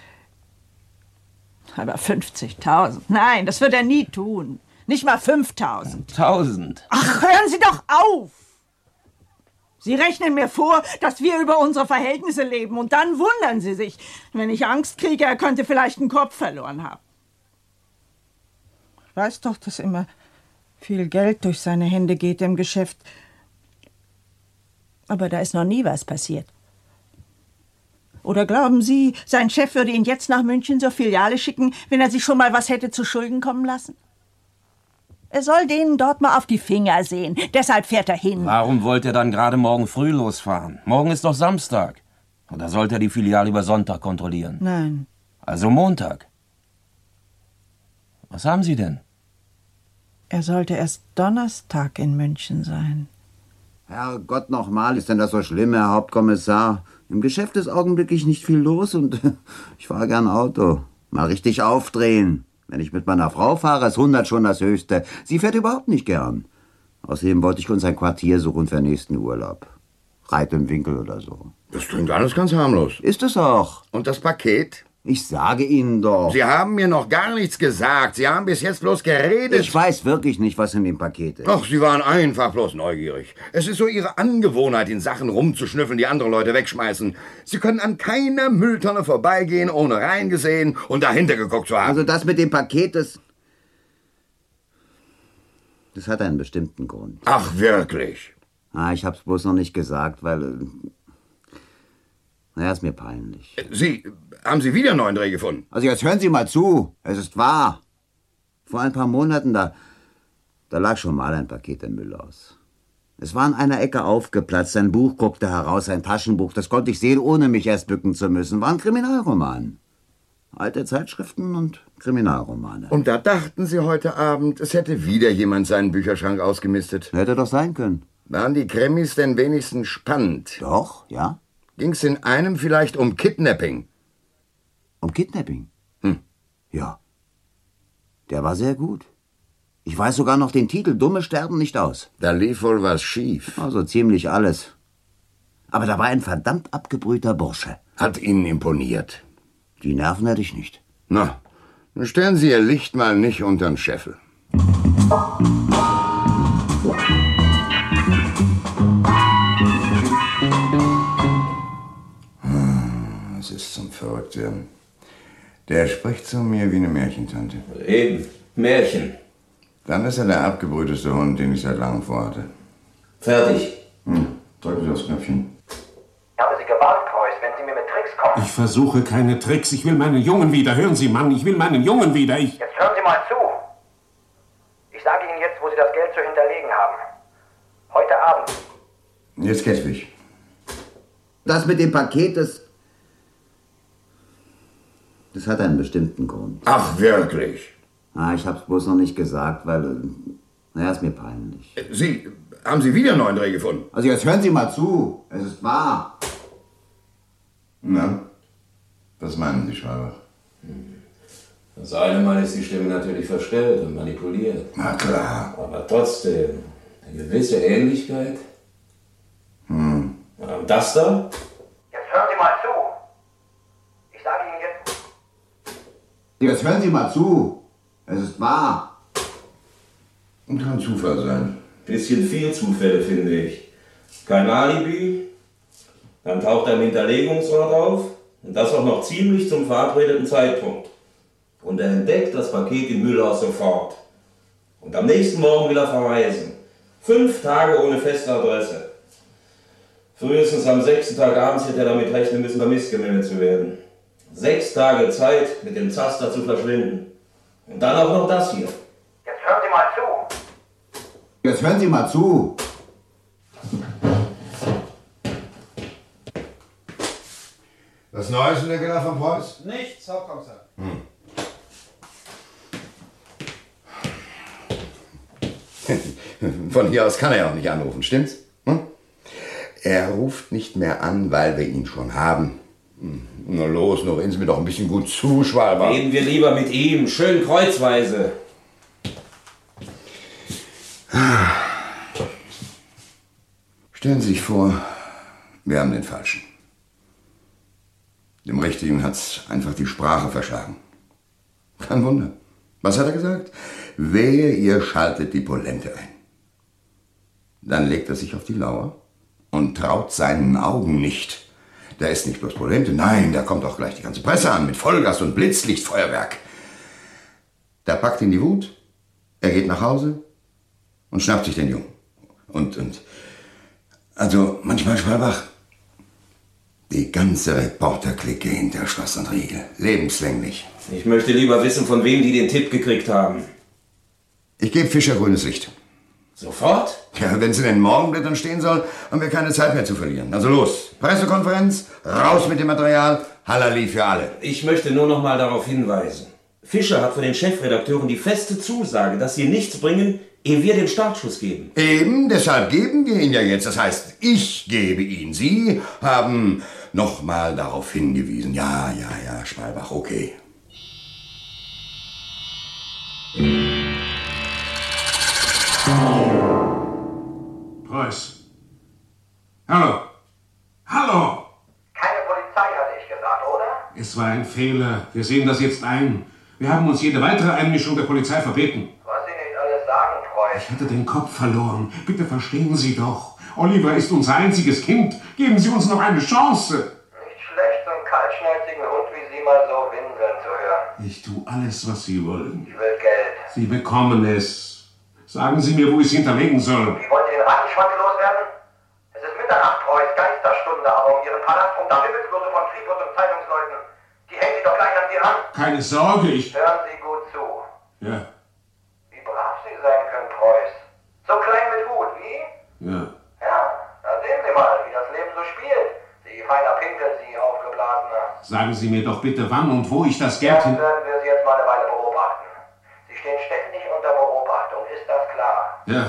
Speaker 4: Aber 50.000. Nein, das wird er nie tun. Nicht mal 5.000.
Speaker 14: 1000.
Speaker 4: Ach, hören Sie doch auf! Sie rechnen mir vor, dass wir über unsere Verhältnisse leben und dann wundern Sie sich, wenn ich Angst kriege, er könnte vielleicht einen Kopf verloren haben. Weiß doch, dass immer viel Geld durch seine Hände geht im Geschäft. Aber da ist noch nie was passiert. Oder glauben Sie, sein Chef würde ihn jetzt nach München zur Filiale schicken, wenn er sich schon mal was hätte zu Schulden kommen lassen? Er soll denen dort mal auf die Finger sehen. Deshalb fährt er hin.
Speaker 14: Warum wollte er dann gerade morgen früh losfahren? Morgen ist doch Samstag. Oder sollte er die Filiale über Sonntag kontrollieren?
Speaker 4: Nein.
Speaker 14: Also Montag. Was haben Sie denn?
Speaker 4: Er sollte erst Donnerstag in München sein.
Speaker 21: Herrgott nochmal, ist denn das so schlimm, Herr Hauptkommissar? Im Geschäft ist augenblicklich nicht viel los und *laughs* ich fahre gern Auto. Mal richtig aufdrehen. Wenn ich mit meiner Frau fahre, ist 100 schon das Höchste. Sie fährt überhaupt nicht gern. Außerdem wollte ich uns ein Quartier suchen für den nächsten Urlaub. Reit im Winkel oder so.
Speaker 7: Das klingt alles ganz harmlos.
Speaker 21: Ist es auch.
Speaker 7: Und das Paket?
Speaker 21: Ich sage Ihnen doch.
Speaker 7: Sie haben mir noch gar nichts gesagt. Sie haben bis jetzt bloß geredet.
Speaker 21: Ich weiß wirklich nicht, was in dem Paket ist.
Speaker 7: Ach, Sie waren einfach bloß neugierig. Es ist so Ihre Angewohnheit, in Sachen rumzuschnüffeln, die andere Leute wegschmeißen. Sie können an keiner Mülltonne vorbeigehen, ohne reingesehen und dahinter geguckt zu haben.
Speaker 21: Also das mit dem Paket, das... Das hat einen bestimmten Grund.
Speaker 7: Ach, wirklich?
Speaker 21: Ah, ich hab's bloß noch nicht gesagt, weil... äh, Naja, ist mir peinlich.
Speaker 7: Äh, Sie, haben Sie wieder einen neuen Dreh gefunden?
Speaker 21: Also jetzt hören Sie mal zu. Es ist wahr. Vor ein paar Monaten, da, da lag schon mal ein Paket im Müll aus. Es war an einer Ecke aufgeplatzt, ein Buch guckte heraus, ein Taschenbuch, das konnte ich sehen, ohne mich erst bücken zu müssen. War ein Kriminalroman. Alte Zeitschriften und Kriminalromane.
Speaker 7: Und da dachten Sie heute Abend, es hätte wieder jemand seinen Bücherschrank ausgemistet.
Speaker 21: Hätte doch sein können.
Speaker 7: Waren die Krimis denn wenigstens spannend?
Speaker 21: Doch, ja.
Speaker 7: Ging's in einem vielleicht um Kidnapping?
Speaker 21: Um Kidnapping?
Speaker 7: Hm.
Speaker 21: Ja. Der war sehr gut. Ich weiß sogar noch den Titel Dumme sterben nicht aus.
Speaker 7: Da lief wohl was schief.
Speaker 21: Also ziemlich alles. Aber da war ein verdammt abgebrühter Bursche.
Speaker 7: Hat Ihnen imponiert.
Speaker 21: Die Nerven hätte ich nicht.
Speaker 7: Na, dann stellen Sie Ihr Licht mal nicht unter den Scheffel. Hm, Es ist zum Verrücktwerden. Der spricht zu mir wie eine Märchentante.
Speaker 14: Eben. Märchen.
Speaker 7: Dann ist er der abgebrühteste Hund, den ich seit langem vorhatte.
Speaker 14: Fertig.
Speaker 7: Hm, drücken Sie aufs Knöpfchen.
Speaker 17: Habe Sie gewarnt, Kreuz, wenn Sie mir mit Tricks kommen.
Speaker 18: Ich versuche keine Tricks. Ich will meinen Jungen wieder. Hören Sie, Mann, ich will meinen Jungen wieder. Ich.
Speaker 17: Jetzt hören Sie mal zu. Ich sage Ihnen jetzt, wo Sie das Geld zu hinterlegen haben. Heute Abend.
Speaker 7: Jetzt geht's mich.
Speaker 21: Das mit dem Paket, das. Das hat einen bestimmten Grund.
Speaker 7: Ach, wirklich?
Speaker 21: Ah, ich hab's bloß noch nicht gesagt, weil. äh, Naja, ist mir peinlich.
Speaker 7: Sie, haben Sie wieder einen neuen Dreh gefunden?
Speaker 21: Also jetzt hören Sie mal zu. Es ist wahr.
Speaker 7: Na, was meinen Sie, Schwaber?
Speaker 14: Das eine Mal ist die Stimme natürlich verstellt und manipuliert.
Speaker 7: Na klar.
Speaker 14: Aber trotzdem, eine gewisse Ähnlichkeit. Hm. Und das da?
Speaker 17: Jetzt hören Sie mal zu. Ich sage Ihnen jetzt.
Speaker 21: Jetzt hören Sie mal zu. Es ist wahr.
Speaker 7: Und kann Zufall sein.
Speaker 14: Bisschen viel Zufälle, finde ich. Kein Alibi, dann taucht ein Hinterlegungsort auf und das auch noch ziemlich zum verabredeten Zeitpunkt. Und er entdeckt das Paket im Müllhaus sofort. Und am nächsten Morgen will er verreisen. Fünf Tage ohne feste Adresse. Frühestens am sechsten Tag abends hätte er damit rechnen müssen, vermisst gemeldet zu werden. Sechs Tage Zeit, mit dem Zaster zu verschwinden. Und dann auch noch das hier.
Speaker 17: Jetzt hören Sie mal zu.
Speaker 21: Jetzt hören Sie mal zu.
Speaker 7: Was Neues in der Keller von Preuß? Hm.
Speaker 23: Nichts, Hauptkommissar.
Speaker 7: *laughs* Von hier aus kann er ja auch nicht anrufen, stimmt's? Hm? Er ruft nicht mehr an, weil wir ihn schon haben. Hm, Na los, nur reden Sie mir doch ein bisschen gut zu, Schwalber.
Speaker 14: Reden wir lieber mit ihm, schön kreuzweise.
Speaker 7: Stellen Sie sich vor, wir haben den Falschen. Dem Richtigen hat's einfach die Sprache verschlagen. Kein Wunder. Was hat er gesagt? Wehe, ihr schaltet die Polente ein. Dann legt er sich auf die Lauer und traut seinen Augen nicht. Da ist nicht bloß Polente, nein, da kommt auch gleich die ganze Presse an mit Vollgas und Blitzlichtfeuerwerk. Da packt ihn die Wut Er geht nach Hause und schnappt sich den Jungen. Und, und, also manchmal Schwalbach. Die ganze Reporterklicke hinter Schloss und Riegel. Lebenslänglich.
Speaker 14: Ich möchte lieber wissen, von wem die den Tipp gekriegt haben.
Speaker 7: Ich gebe Fischer grünes Licht.
Speaker 14: Sofort?
Speaker 7: Ja, wenn es in den Morgenblättern stehen soll, haben wir keine Zeit mehr zu verlieren. Also los, Pressekonferenz, raus mit dem Material, Halali für alle.
Speaker 14: Ich möchte nur noch mal darauf hinweisen. Fischer hat von den Chefredakteuren die feste Zusage, dass sie nichts bringen, ehe wir den Startschuss geben.
Speaker 7: Eben, deshalb geben wir ihn ja jetzt. Das heißt, ich gebe ihn. Sie haben nochmal darauf hingewiesen. Ja, ja, ja, Schwalbach, okay.
Speaker 18: Preuß. Hallo. Hallo. Keine Polizei, hatte ich gesagt, oder? Es war ein Fehler. Wir sehen das jetzt ein. Wir haben uns jede weitere Einmischung der Polizei verbeten.
Speaker 17: Was Sie nicht alles sagen, Preuß.
Speaker 18: Ich hatte den Kopf verloren. Bitte verstehen Sie doch. Oliver ist unser einziges Kind. Geben Sie uns noch eine Chance.
Speaker 17: Schlecht, so einen kaltschnäuzigen Hund wie Sie mal so winseln zu hören.
Speaker 18: Ich tue alles, was Sie wollen.
Speaker 17: Ich will Geld.
Speaker 18: Sie bekommen es. Sagen Sie mir, wo ich es hinterlegen soll.
Speaker 17: Wie wollen Sie den Rattenschwanz loswerden? Es ist Mitternacht, Preuß, Geisterstunde, aber um Ihren Palast rum, da wimmelt's bloß von Tribut und Zeitungsleuten. Die hängen Sie doch gleich an Sie ran.
Speaker 18: Keine Sorge, ich.
Speaker 17: Hören Sie gut zu.
Speaker 18: Ja,
Speaker 17: Wie brav Sie sein können, Preuß. So klein mit Hut, wie?
Speaker 18: ja.
Speaker 17: Ja, da sehen Sie mal, wie das Leben so spielt. Sie feiner Pinkel, Sie aufgeblasener.
Speaker 18: Sagen Sie mir doch bitte, wann und wo ich das Gärtchen.
Speaker 17: Werden wir Sie jetzt mal eine Weile beobachten. Sie stehen ständig unter Beobachtung, ist das klar?
Speaker 18: Ja.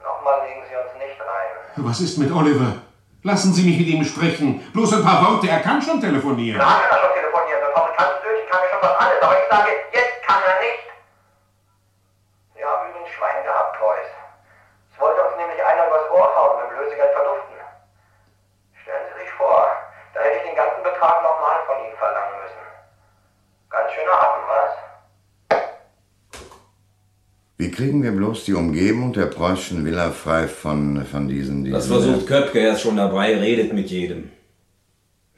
Speaker 17: Nochmal legen Sie uns nicht rein.
Speaker 18: Was ist mit Oliver? Lassen Sie mich mit ihm sprechen. Bloß ein paar Worte. Er kann schon telefonieren.
Speaker 17: Da hat er schon telefoniert und kommt ganz durch, kann mir schon was alles, aber ich sage, jetzt kann er nicht. Wir haben übrigens Schwein gehabt, Preuß. Es wollte uns nämlich einer übers Ohr hauen mit dem Lösegeld verduften. Stellen Sie sich vor, da hätte ich den ganzen Betrag nochmal von Ihnen verlangen müssen. Ganz schöner Happen, was?
Speaker 7: Wie kriegen wir bloß die Umgebung der preußischen Villa frei von, von diesen... diesen
Speaker 14: Das versucht Köpke, er ist schon dabei, redet mit jedem.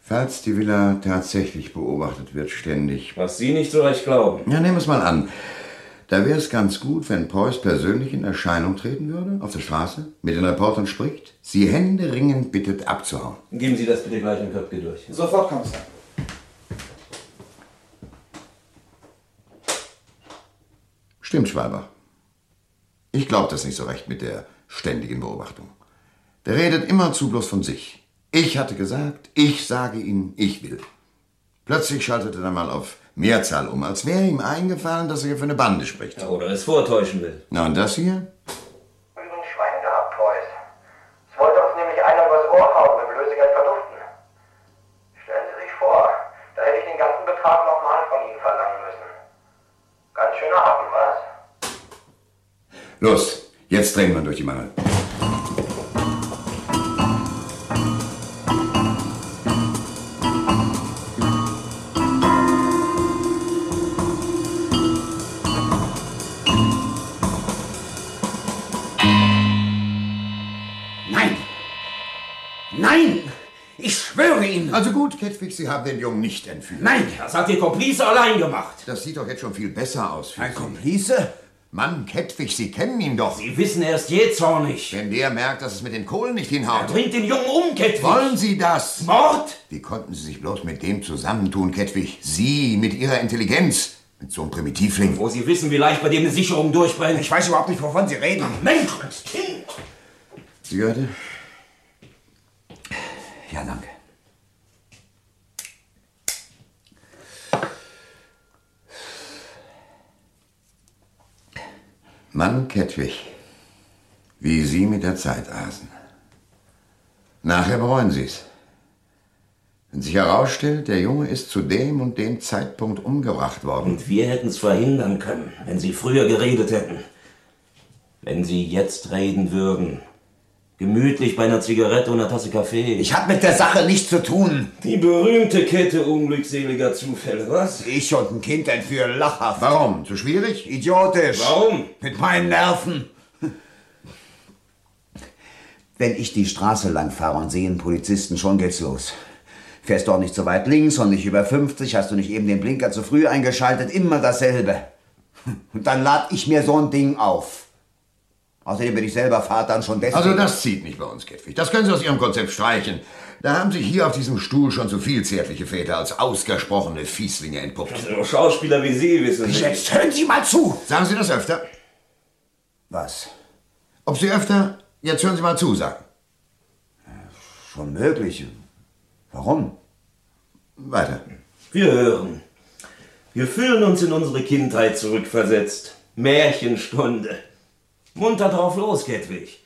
Speaker 7: Falls die Villa tatsächlich beobachtet wird, ständig.
Speaker 14: Was Sie nicht so recht glauben.
Speaker 7: Ja, nehmen wir es mal an. Da wäre es ganz gut, wenn Preuß persönlich in Erscheinung treten würde, auf der Straße, mit den Reportern spricht, sie händeringend bittet, abzuhauen.
Speaker 14: Geben Sie das bitte gleich in Köpke durch.
Speaker 21: Sofort, Kommissar.
Speaker 7: Stimmt, Schwalbach. Ich glaube das nicht so recht mit der ständigen Beobachtung. Der redet immerzu bloß von sich. Ich hatte gesagt, ich sage ihm, ich will. Plötzlich schaltet er dann mal auf Mehrzahl um, als wäre ihm eingefallen, dass er hier für eine Bande spricht.
Speaker 14: oder es vortäuschen will.
Speaker 7: Na, und das hier?
Speaker 17: Übrigens Schwein gehabt, Preuß. Es wollte uns nämlich einer übers Ohr hauen mit dem Lösegeld verduften. Stellen Sie sich vor, da hätte ich den ganzen Betrag nochmal von Ihnen verlangen müssen. Ganz schöner Happen, was?
Speaker 7: Los, jetzt drehen wir durch die Mangel.
Speaker 21: Nein! Nein! Ich schwöre Ihnen!
Speaker 7: Also gut, Kettwig, Sie haben den Jungen nicht entführt.
Speaker 21: Nein,
Speaker 7: das
Speaker 21: hat Ihr Komplize allein gemacht.
Speaker 7: Das sieht doch jetzt schon viel besser aus für
Speaker 21: Ein
Speaker 7: Sie.
Speaker 21: Komplize?
Speaker 7: Mann, Kettwig, Sie kennen ihn doch.
Speaker 21: Sie wissen, er ist jähzornig.
Speaker 7: Wenn der merkt, dass es mit den Kohlen nicht hinhaut.
Speaker 21: Er bringt den Jungen um, Kettwig.
Speaker 7: Wollen Sie das?
Speaker 21: Mord?
Speaker 7: Wie konnten Sie sich bloß mit dem zusammentun, Kettwig? Sie mit Ihrer Intelligenz. Mit so einem Primitivling.
Speaker 21: Wo Sie wissen, wie leicht bei dem eine Sicherung durchbrennt.
Speaker 24: Ich weiß überhaupt nicht, wovon Sie reden.
Speaker 21: Mensch, das Kind!
Speaker 7: Zigarette?
Speaker 21: Ja, danke.
Speaker 7: Mann, Kettwig. Wie Sie mit der Zeit aßen. Nachher bereuen Sie es. Wenn sich herausstellt, der Junge ist zu dem und dem Zeitpunkt umgebracht worden.
Speaker 21: Und
Speaker 14: Wir hätten es verhindern können, wenn Sie früher geredet hätten. Wenn Sie jetzt reden würden. Gemütlich bei einer Zigarette und einer Tasse Kaffee.
Speaker 21: Ich hab mit der Sache nichts zu tun.
Speaker 14: Die berühmte Kette unglückseliger Zufälle, was?
Speaker 21: Ich und ein Kind entführe lachhaft.
Speaker 7: Warum? Zu schwierig?
Speaker 21: Idiotisch.
Speaker 14: Warum?
Speaker 21: Mit meinen Nerven. Wenn ich die Straße lang fahre und sehe einen Polizisten, schon geht's los. Fährst doch nicht so weit links und nicht über 50, hast du nicht eben den Blinker zu früh eingeschaltet, immer dasselbe. *laughs* Und dann lad ich mir so ein Ding auf. Außerdem bin ich selber Vater und schon deswegen.
Speaker 7: Also das zieht nicht bei uns, Käfig. Das können Sie aus Ihrem Konzept streichen. Da haben sich hier auf diesem Stuhl schon zu viel zärtliche Väter als ausgesprochene Fieslinge entpuppt.
Speaker 14: Also Schauspieler wie Sie wissen nicht.
Speaker 7: Jetzt hören Sie mal zu! Sagen Sie das öfter.
Speaker 21: Was?
Speaker 7: Ob Sie öfter, jetzt hören Sie mal zu, sagen.
Speaker 21: Schon möglich. Warum?
Speaker 7: Weiter.
Speaker 14: Wir hören. Wir fühlen uns in unsere Kindheit zurückversetzt. Märchenstunde. Munter drauf los, Kettwig.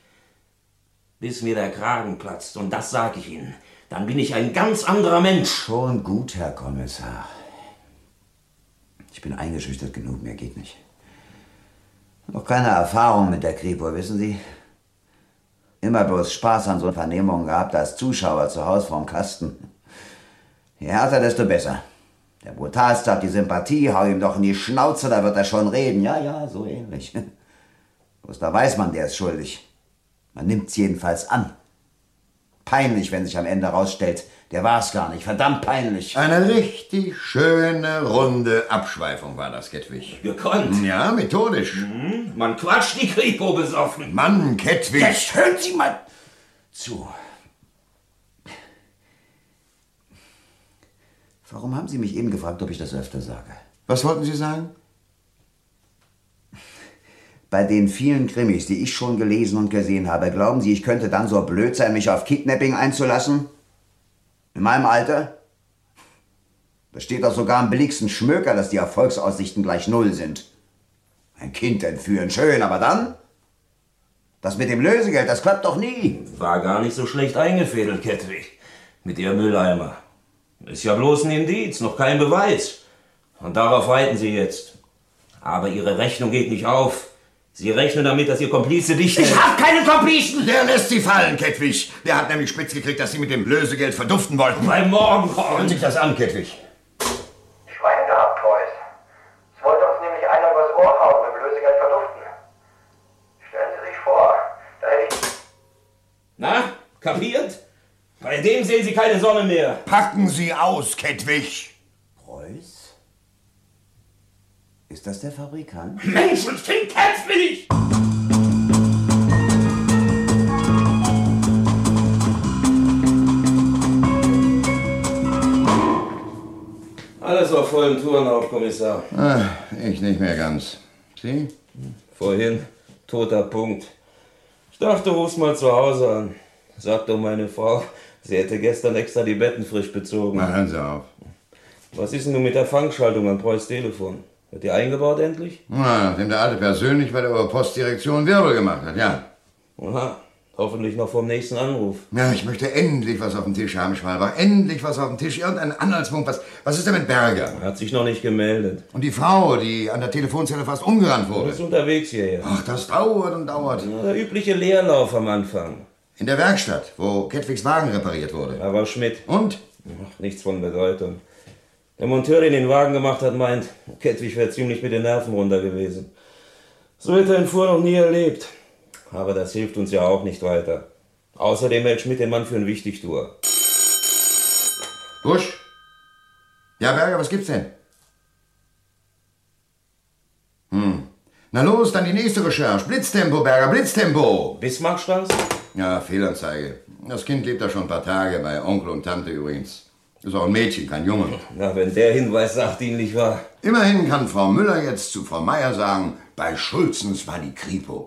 Speaker 14: Bis mir der Kragen platzt, und das sag ich Ihnen. Dann bin ich ein ganz anderer Mensch.
Speaker 21: Schon gut, Herr Kommissar. Ich bin eingeschüchtert genug, mehr geht nicht. Noch keine Erfahrung mit der Kripo, wissen Sie? Immer bloß Spaß an so Vernehmungen gehabt als Zuschauer zu Hause vorm Kasten. Je härter, desto besser. Der Brutalste hat die Sympathie, hau ihm doch in die Schnauze, da wird er schon reden. Ja, ja, so ähnlich. *laughs* Bloß da weiß man, der ist schuldig. Man nimmt's jedenfalls an. Peinlich, wenn sich am Ende rausstellt, der war's gar nicht. Verdammt peinlich.
Speaker 7: Eine richtig schöne, runde Abschweifung war das, Kettwig.
Speaker 14: Gekonnt. Hm,
Speaker 7: Ja, methodisch.
Speaker 14: Man quatscht die Kripo besoffen.
Speaker 7: Mann, Kettwig.
Speaker 21: Jetzt hören Sie mal zu. Warum haben Sie mich eben gefragt, ob ich das öfter sage?
Speaker 7: Was wollten Sie sagen?
Speaker 21: Bei den vielen Krimis, die ich schon gelesen und gesehen habe, glauben Sie, ich könnte dann so blöd sein, mich auf Kidnapping einzulassen? In meinem Alter? Da steht doch sogar am billigsten Schmöker, dass die Erfolgsaussichten gleich null sind. Ein Kind entführen, schön, aber dann? Das mit dem Lösegeld, das klappt doch nie.
Speaker 14: War gar nicht so schlecht eingefädelt, Kettwig. Mit ihrem Mülleimer. Ist ja bloß ein Indiz, noch kein Beweis. Und darauf reiten Sie jetzt. Aber Ihre Rechnung geht nicht auf. Sie rechnen damit, dass Ihr Komplize dich...
Speaker 7: Ich hab keine Komplizen! Der lässt sie fallen, Kettwig. Der hat nämlich spitz gekriegt, dass sie mit dem Lösegeld verduften wollten.
Speaker 14: Beim Morgen!
Speaker 7: Hören Sie sich das an, Kettwig.
Speaker 17: Schwein gehabt, Preuß. Es wollte uns nämlich einer übers Ohr hauen im Lösegeld verduften. Stellen Sie sich vor, da hätte ich...
Speaker 14: Na, kapiert? Bei dem sehen Sie keine Sonne mehr.
Speaker 7: Packen Sie aus, Kettwig!
Speaker 21: Preuß? Ist das der Fabrikant?
Speaker 14: Menschenskind, kämpf mich! Alles auf vollen Touren, Hauptkommissar.
Speaker 7: Ah, ich nicht mehr ganz. Sie?
Speaker 14: Vorhin, toter Punkt. Ich dachte, ruf's mal zu Hause an. Sagte meine Frau, sie hätte gestern extra die Betten frisch bezogen.
Speaker 7: Na, hören Sie auf.
Speaker 14: Was ist denn nun mit der Fangschaltung am Preuß Telefon? Wird die eingebaut endlich?
Speaker 7: Na, nachdem der Alte persönlich bei der Oberpostdirektion Wirbel gemacht hat, ja.
Speaker 14: Aha, hoffentlich noch vom nächsten Anruf.
Speaker 7: Ja, ich möchte endlich was auf dem Tisch haben, Schwalbach. Endlich was auf dem Tisch. Irgendein Anhaltspunkt. Was, was ist denn mit Berger?
Speaker 14: Hat sich noch nicht gemeldet.
Speaker 7: Und die Frau, die an der Telefonzelle fast umgerannt
Speaker 14: Ist
Speaker 7: wurde.
Speaker 14: unterwegs hierher.
Speaker 7: Ach, das dauert und dauert.
Speaker 14: Der übliche Leerlauf am Anfang.
Speaker 7: In der Werkstatt, wo Kettwigs Wagen repariert wurde.
Speaker 14: Da war Schmidt.
Speaker 7: Und?
Speaker 14: Ach, nichts von Bedeutung. Der Monteur, den den Wagen gemacht hat, meint, Kettwig wäre ziemlich mit den Nerven runter gewesen. So hätte er ihn vorher noch nie erlebt. Aber das hilft uns ja auch nicht weiter. Außerdem hält Schmidt den Mann für einen Wichtigtour.
Speaker 7: Busch? Ja, Berger, was gibt's denn? Hm. Na los, dann die nächste Recherche. Blitztempo, Berger, Blitztempo!
Speaker 14: Bismarckstraße?
Speaker 7: Ja, Fehlanzeige. Das Kind lebt da schon ein paar Tage, bei Onkel und Tante übrigens. Ist auch ein Mädchen, kein Junge.
Speaker 14: Na, wenn der Hinweis sachdienlich war.
Speaker 7: Immerhin kann Frau Müller jetzt zu Frau Meier sagen, bei Schulzens war die Kripo.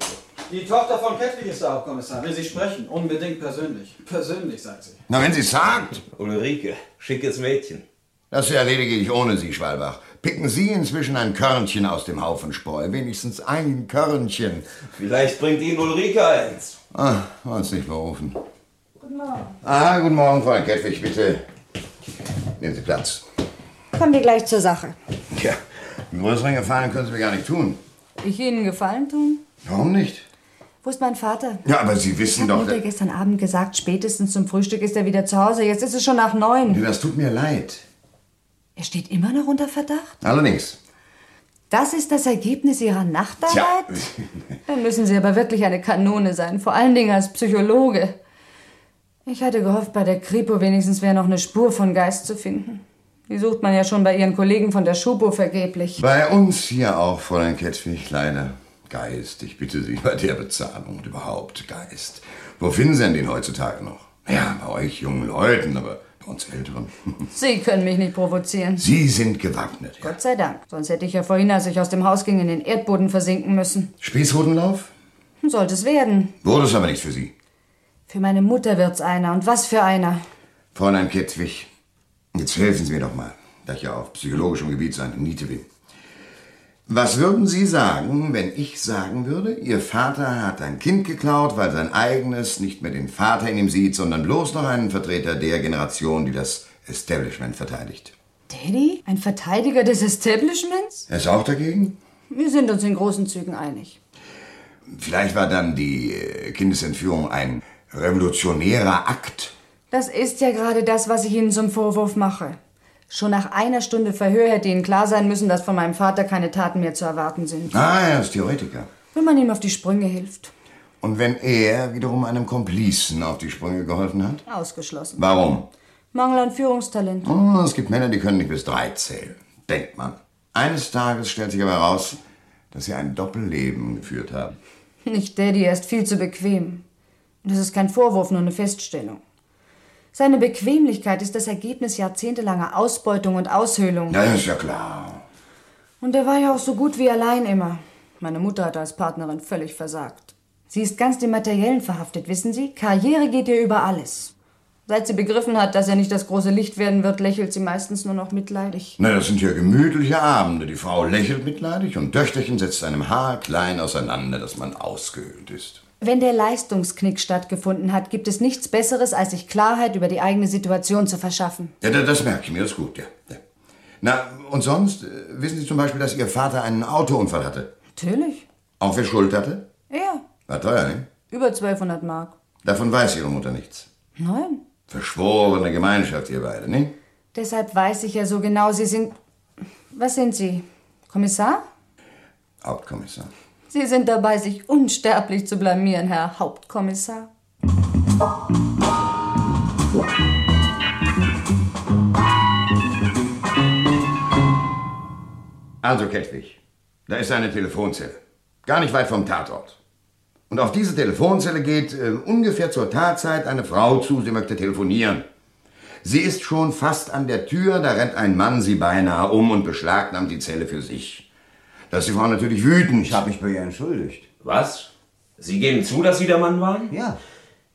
Speaker 6: Die Tochter von Kettwig ist da, Hauptkommissar. Will Sie sprechen? Unbedingt persönlich. Persönlich, sagt sie.
Speaker 7: Na, wenn sie sagt,
Speaker 14: Ulrike, schickes Mädchen.
Speaker 7: das erledige ich ohne Sie, Schwalbach. Picken Sie inzwischen ein Körnchen aus dem Haufen Spreu. Wenigstens ein Körnchen.
Speaker 14: Vielleicht bringt Ihnen Ulrike eins.
Speaker 7: Ah, war uns nicht berufen.
Speaker 25: Guten Morgen.
Speaker 7: Ah, guten Morgen, Frau Kettwig, bitte. Nehmen Sie Platz.
Speaker 25: Kommen wir gleich zur Sache.
Speaker 7: Ja, einen größeren Gefallen können Sie mir gar nicht tun.
Speaker 25: Ich Ihnen Gefallen tun?
Speaker 7: Warum nicht?
Speaker 25: Wo ist mein Vater?
Speaker 7: Ja, aber Sie wissen doch... äh,
Speaker 25: Hat er gestern Abend gesagt, spätestens zum Frühstück ist er wieder zu Hause. Jetzt ist es schon nach neun.
Speaker 7: Das tut mir leid.
Speaker 25: Er steht immer noch unter Verdacht?
Speaker 7: Allerdings.
Speaker 25: Das ist das Ergebnis Ihrer Nachtarbeit?
Speaker 7: *laughs*
Speaker 25: Dann müssen Sie aber wirklich eine Kanone sein, vor allen Dingen als Psychologe. Ich hatte gehofft, bei der Kripo wenigstens wäre noch eine Spur von Geist zu finden. Die sucht man ja schon bei ihren Kollegen von der Schupo vergeblich.
Speaker 7: Bei uns hier auch, Fräulein Kettwig, kleiner Geist. Ich bitte Sie bei der Bezahlung und überhaupt Geist. Wo finden Sie denn den heutzutage noch? Ja, bei euch jungen Leuten, aber bei uns Älteren.
Speaker 25: Sie können mich nicht provozieren.
Speaker 7: Sie sind gewappnet.
Speaker 25: Gott sei Dank. Sonst hätte ich ja vorhin, als ich aus dem Haus ging, in den Erdboden versinken müssen.
Speaker 7: Spießrutenlauf?
Speaker 25: Sollte es werden.
Speaker 7: Wurde es aber nicht für Sie.
Speaker 25: Für meine Mutter wird's einer. Und was für einer.
Speaker 7: Fräulein Kettwig, jetzt helfen Sie mir doch mal, da ich ja auf psychologischem Gebiet so eine Niete bin. Was würden Sie sagen, wenn ich sagen würde, Ihr Vater hat ein Kind geklaut, weil sein eigenes nicht mehr den Vater in ihm sieht, sondern bloß noch einen Vertreter der Generation, die das Establishment verteidigt?
Speaker 25: Daddy? Ein Verteidiger des Establishments?
Speaker 7: Er ist auch dagegen?
Speaker 25: Wir sind uns in großen Zügen einig.
Speaker 7: Vielleicht war dann die äh, Kindesentführung ein revolutionärer Akt.
Speaker 25: Das ist ja gerade das, was ich Ihnen zum Vorwurf mache. Schon nach einer Stunde Verhör hätte Ihnen klar sein müssen, dass von meinem Vater keine Taten mehr zu erwarten sind.
Speaker 7: Ah, er ist Theoretiker.
Speaker 25: Wenn man ihm auf die Sprünge hilft.
Speaker 7: Und wenn er wiederum einem Komplizen auf die Sprünge geholfen hat?
Speaker 25: Ausgeschlossen.
Speaker 7: Warum?
Speaker 25: Mangel an Führungstalent.
Speaker 7: Oh, es gibt Männer, die können nicht bis drei zählen. Denkt man. Eines Tages stellt sich aber heraus, dass sie ein Doppelleben geführt haben.
Speaker 25: Nicht Daddy, er ist viel zu bequem. Und Das ist kein Vorwurf, nur eine Feststellung. Seine Bequemlichkeit ist das Ergebnis jahrzehntelanger Ausbeutung und Aushöhlung.
Speaker 7: Na, ist ja klar.
Speaker 25: Und er war ja auch so gut wie allein immer. Meine Mutter hat als Partnerin völlig versagt. Sie ist ganz dem Materiellen verhaftet, wissen Sie? Karriere geht ihr über alles. Seit sie begriffen hat, dass er nicht das große Licht werden wird, lächelt sie meistens nur noch mitleidig.
Speaker 7: Na, das sind ja gemütliche Abende. Die Frau lächelt mitleidig und Töchterchen setzt einem Haar klein auseinander, dass man ausgehöhlt ist.
Speaker 25: Wenn der Leistungsknick stattgefunden hat, gibt es nichts Besseres, als sich Klarheit über die eigene Situation zu verschaffen.
Speaker 7: Ja, da- das merke ich mir, das ist gut, ja. ja. Na, und sonst, äh, wissen Sie zum Beispiel, dass Ihr Vater einen Autounfall hatte?
Speaker 25: Natürlich.
Speaker 7: Auch wer Schuld hatte?
Speaker 25: Er.
Speaker 7: War teuer, ne?
Speaker 25: Über 1200 Mark.
Speaker 7: Davon weiß Ihre Mutter nichts.
Speaker 25: Nein.
Speaker 7: Verschworene Gemeinschaft, ihr beide, ne?
Speaker 25: Deshalb weiß ich ja so genau, Sie sind. Was sind Sie? Kommissar?
Speaker 7: Hauptkommissar.
Speaker 25: Sie sind dabei, sich unsterblich zu blamieren, Herr Hauptkommissar.
Speaker 7: Also, Kettwig, da ist eine Telefonzelle. Gar nicht weit vom Tatort. Und auf diese Telefonzelle geht äh, ungefähr zur Tatzeit eine Frau zu, sie möchte telefonieren. Sie ist schon fast an der Tür, da rennt ein Mann sie beinahe um und beschlagnahmt die Zelle für sich. Da ist die Frau natürlich wütend. Ich habe mich bei ihr entschuldigt.
Speaker 14: Was? Sie geben zu, dass Sie der Mann waren? Ja.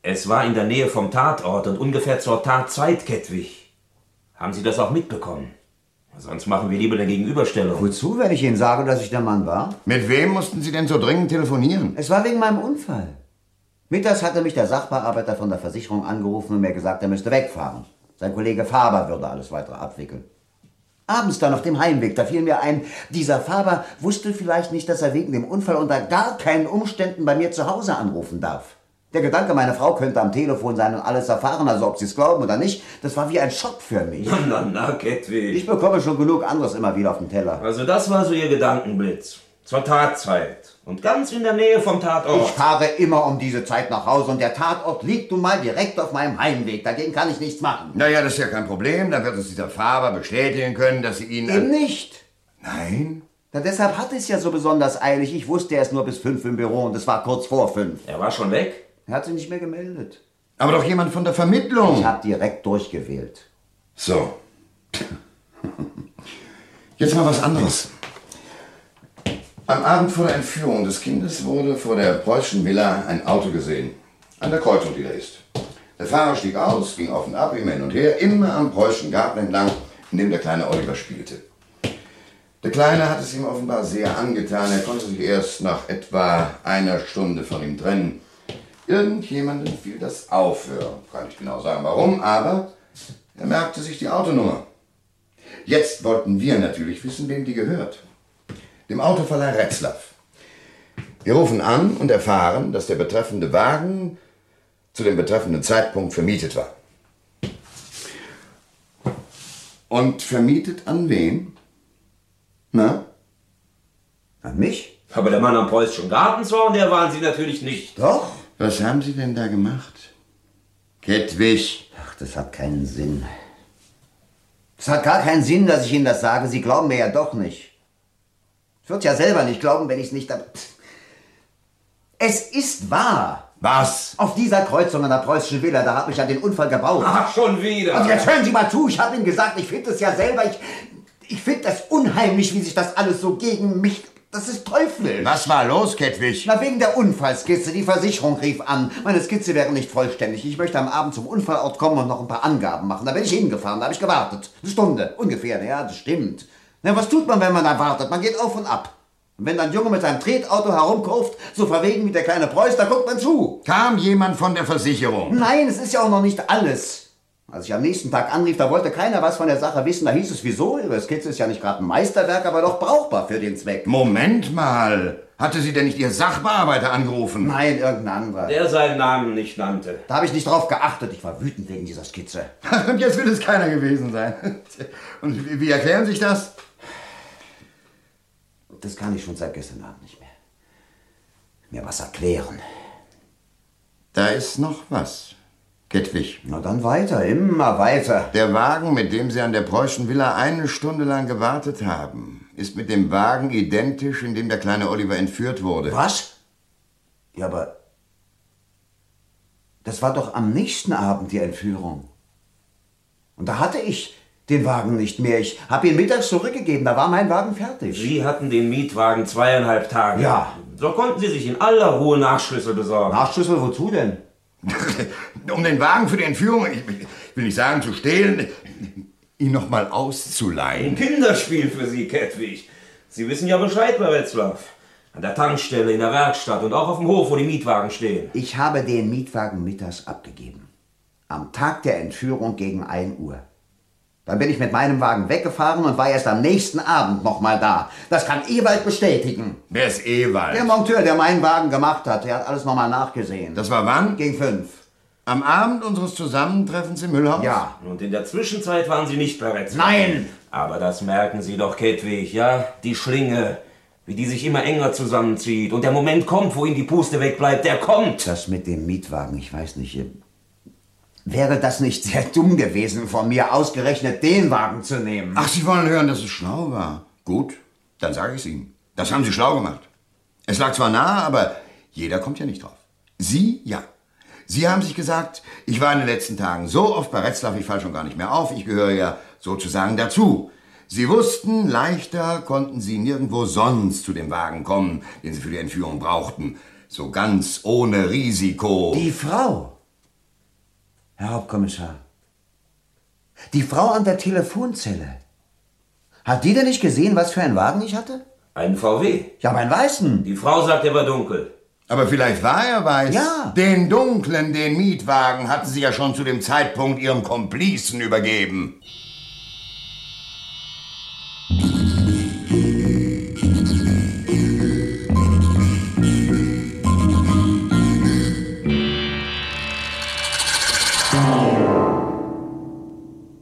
Speaker 14: Es war in der Nähe vom Tatort und ungefähr zur Tatzeit, Kettwig. Haben Sie das auch mitbekommen? Sonst machen wir *laughs* lieber eine Gegenüberstellung.
Speaker 21: Wozu, wenn ich Ihnen sage, dass ich der Mann war?
Speaker 7: Mit wem mussten Sie denn so dringend telefonieren?
Speaker 21: Es war wegen meinem Unfall. Mittags hatte mich der Sachbearbeiter von der Versicherung angerufen und mir gesagt, er müsste wegfahren. Sein Kollege Faber würde alles weitere abwickeln. Abends dann auf dem Heimweg, da fiel mir ein, dieser Faber wusste vielleicht nicht, dass er wegen dem Unfall unter gar keinen Umständen bei mir zu Hause anrufen darf. Der Gedanke, meine Frau könnte am Telefon sein und alles erfahren, also ob sie es glauben oder nicht, das war wie ein Schock für mich.
Speaker 14: Na, na, na, Kettwig.
Speaker 21: Ich bekomme schon genug anderes immer wieder auf den Teller.
Speaker 14: Also das war so Ihr Gedankenblitz. Zur Tatzeit. Und ganz in der Nähe vom Tatort.
Speaker 21: Ich fahre immer um diese Zeit nach Hause und der Tatort liegt nun mal direkt auf meinem Heimweg. Dagegen kann ich nichts machen.
Speaker 7: Naja, das ist ja kein Problem. Dann wird uns dieser Faber bestätigen können, dass Sie ihn...
Speaker 21: Eben nicht.
Speaker 7: Nein?
Speaker 21: Na, deshalb hatte ich es ja so besonders eilig. Ich wusste, er ist nur bis fünf im Büro und es war kurz vor fünf.
Speaker 14: Er war schon weg?
Speaker 21: Er hat sich nicht mehr gemeldet.
Speaker 7: Aber doch jemand von der Vermittlung.
Speaker 21: Ich habe direkt durchgewählt.
Speaker 7: So. Jetzt mal was anderes. Am Abend vor der Entführung des Kindes wurde vor der preußischen Villa ein Auto gesehen. An der Kreuzung, die da ist. Der Fahrer stieg aus, ging auf und ab, immer hin und her, immer am preußischen Garten entlang, in dem der kleine Oliver spielte. Der Kleine hat es ihm offenbar sehr angetan. Er konnte sich erst nach etwa einer Stunde von ihm trennen. Irgendjemandem fiel das auf. Er kann nicht genau sagen, warum, aber er merkte sich die Autonummer. Jetzt wollten wir natürlich wissen, wem die gehört. Dem Autoverleih Retzlaff. Wir rufen an und erfahren, dass der betreffende Wagen zu dem betreffenden Zeitpunkt vermietet war. Und vermietet an wen? Na?
Speaker 21: An mich?
Speaker 14: Aber der Mann am preußischen Gartenzorn, der waren Sie natürlich nicht.
Speaker 21: Doch.
Speaker 7: Was haben Sie denn da gemacht? Kettwig.
Speaker 21: Ach, das hat keinen Sinn. Es hat gar keinen Sinn, dass ich Ihnen das sage. Sie glauben mir ja doch nicht. Ich würde ja selber nicht glauben, wenn ich es nicht... Pff. Es ist wahr.
Speaker 7: Was?
Speaker 21: Auf dieser Kreuzung an der preußischen Villa, da habe ich ja den Unfall gebaut.
Speaker 14: Ach, schon wieder.
Speaker 21: Und Also jetzt hören Sie mal zu, ich habe Ihnen gesagt, ich finde es ja selber, ich, ich finde das unheimlich, wie sich das alles so gegen mich... Das ist teuflisch.
Speaker 7: Was war los, Kettwig?
Speaker 21: Na, wegen der Unfallskizze. Die Versicherung rief an. Meine Skizze wäre nicht vollständig. Ich möchte am Abend zum Unfallort kommen und noch ein paar Angaben machen. Da bin ich hingefahren, da habe ich gewartet. Eine Stunde, ungefähr. Ja, das stimmt. Na, was tut man, wenn man da wartet? Man geht auf und ab. Und wenn ein Junge mit seinem Tretauto herumkurft, so verwegen wie der kleine Preuß, da guckt man zu.
Speaker 7: Kam jemand von der Versicherung?
Speaker 21: Nein, es ist ja auch noch nicht alles. Als ich am nächsten Tag anrief, da wollte keiner was von der Sache wissen. Da hieß es, wieso? Ihre Skizze ist ja nicht gerade ein Meisterwerk, aber doch brauchbar für den Zweck.
Speaker 7: Moment mal. Hatte sie denn nicht ihr Sachbearbeiter angerufen?
Speaker 21: Nein, irgendein anderer.
Speaker 14: Der seinen Namen nicht nannte.
Speaker 21: Da habe ich nicht drauf geachtet. Ich war wütend wegen dieser Skizze.
Speaker 7: *laughs* Und jetzt will es keiner gewesen
Speaker 21: *laughs*
Speaker 7: sein. Und wie- wie erklären sich das?
Speaker 21: Das kann ich schon seit gestern Abend nicht mehr. Mir was erklären.
Speaker 7: Da ist noch was. Kettwig.
Speaker 21: Na dann weiter, immer weiter.
Speaker 7: Der Wagen, mit dem Sie an der Preußischen Villa eine Stunde lang gewartet haben, ist mit dem Wagen identisch, in dem der kleine Oliver entführt wurde.
Speaker 21: Was? Ja, aber. Das war doch am nächsten Abend die Entführung. Und da hatte ich den Wagen nicht mehr. Ich habe ihn mittags zurückgegeben. Da war mein Wagen fertig.
Speaker 14: Sie hatten den Mietwagen zweieinhalb Tage.
Speaker 21: Ja.
Speaker 14: So konnten Sie sich in aller Ruhe Nachschlüssel besorgen.
Speaker 21: Nachschlüssel,
Speaker 14: *laughs*
Speaker 21: wozu denn?
Speaker 7: Um den Wagen für die Entführung, ich ich will nicht sagen zu stehlen, ihn nochmal auszuleihen.
Speaker 14: Ein Kinderspiel für Sie, Kettwig. Sie wissen ja Bescheid bei Wetzlar. An der Tankstelle, in der Werkstatt und auch auf dem Hof, wo die Mietwagen stehen.
Speaker 21: Ich habe den Mietwagen mittags abgegeben. Am Tag der Entführung gegen 1 Uhr. Dann bin ich mit meinem Wagen weggefahren und war erst am nächsten Abend nochmal da. Das kann Ewald bestätigen.
Speaker 7: Wer ist eh Ewald?
Speaker 21: Der Monteur, der meinen Wagen gemacht hat, der hat alles nochmal nachgesehen.
Speaker 7: das war wann?
Speaker 21: Gegen fünf.
Speaker 7: Am Abend unseres Zusammentreffens im Müllhaus?
Speaker 21: Ja.
Speaker 14: Und in der Zwischenzeit waren Sie nicht bei Wetzlar.
Speaker 21: Nein!
Speaker 14: Aber das merken Sie doch, Kettwig, ja? Die Schlinge, wie die sich immer enger zusammenzieht. Und der Moment kommt, wo Ihnen die Puste wegbleibt. Der kommt!
Speaker 21: Das mit dem Mietwagen, ich weiß nicht. äh, Wäre das nicht sehr dumm gewesen von mir, ausgerechnet den Wagen zu nehmen?
Speaker 7: Ach, Sie wollen hören, dass es schlau war. Gut, dann sage ich es Ihnen. Das haben Sie schlau gemacht. Es lag zwar nahe, aber jeder kommt ja nicht drauf. Sie ja. Sie haben sich gesagt, ich war in den letzten Tagen so oft bei Retzlaff, ich falle schon gar nicht mehr auf, ich gehöre ja sozusagen dazu. Sie wussten, leichter konnten Sie nirgendwo sonst zu dem Wagen kommen, den Sie für die Entführung brauchten. So ganz ohne Risiko.
Speaker 21: Die Frau. Herr Hauptkommissar. Die Frau an der Telefonzelle. Hat die denn nicht gesehen, was für einen Wagen ich hatte?
Speaker 14: Ein VW.
Speaker 21: Ja, meinen weißen.
Speaker 14: Die Frau sagt, er war dunkel.
Speaker 7: Aber vielleicht war er weiß.
Speaker 21: Ja.
Speaker 7: Den dunklen, den Mietwagen hatten sie ja schon zu dem Zeitpunkt ihrem Komplizen übergeben.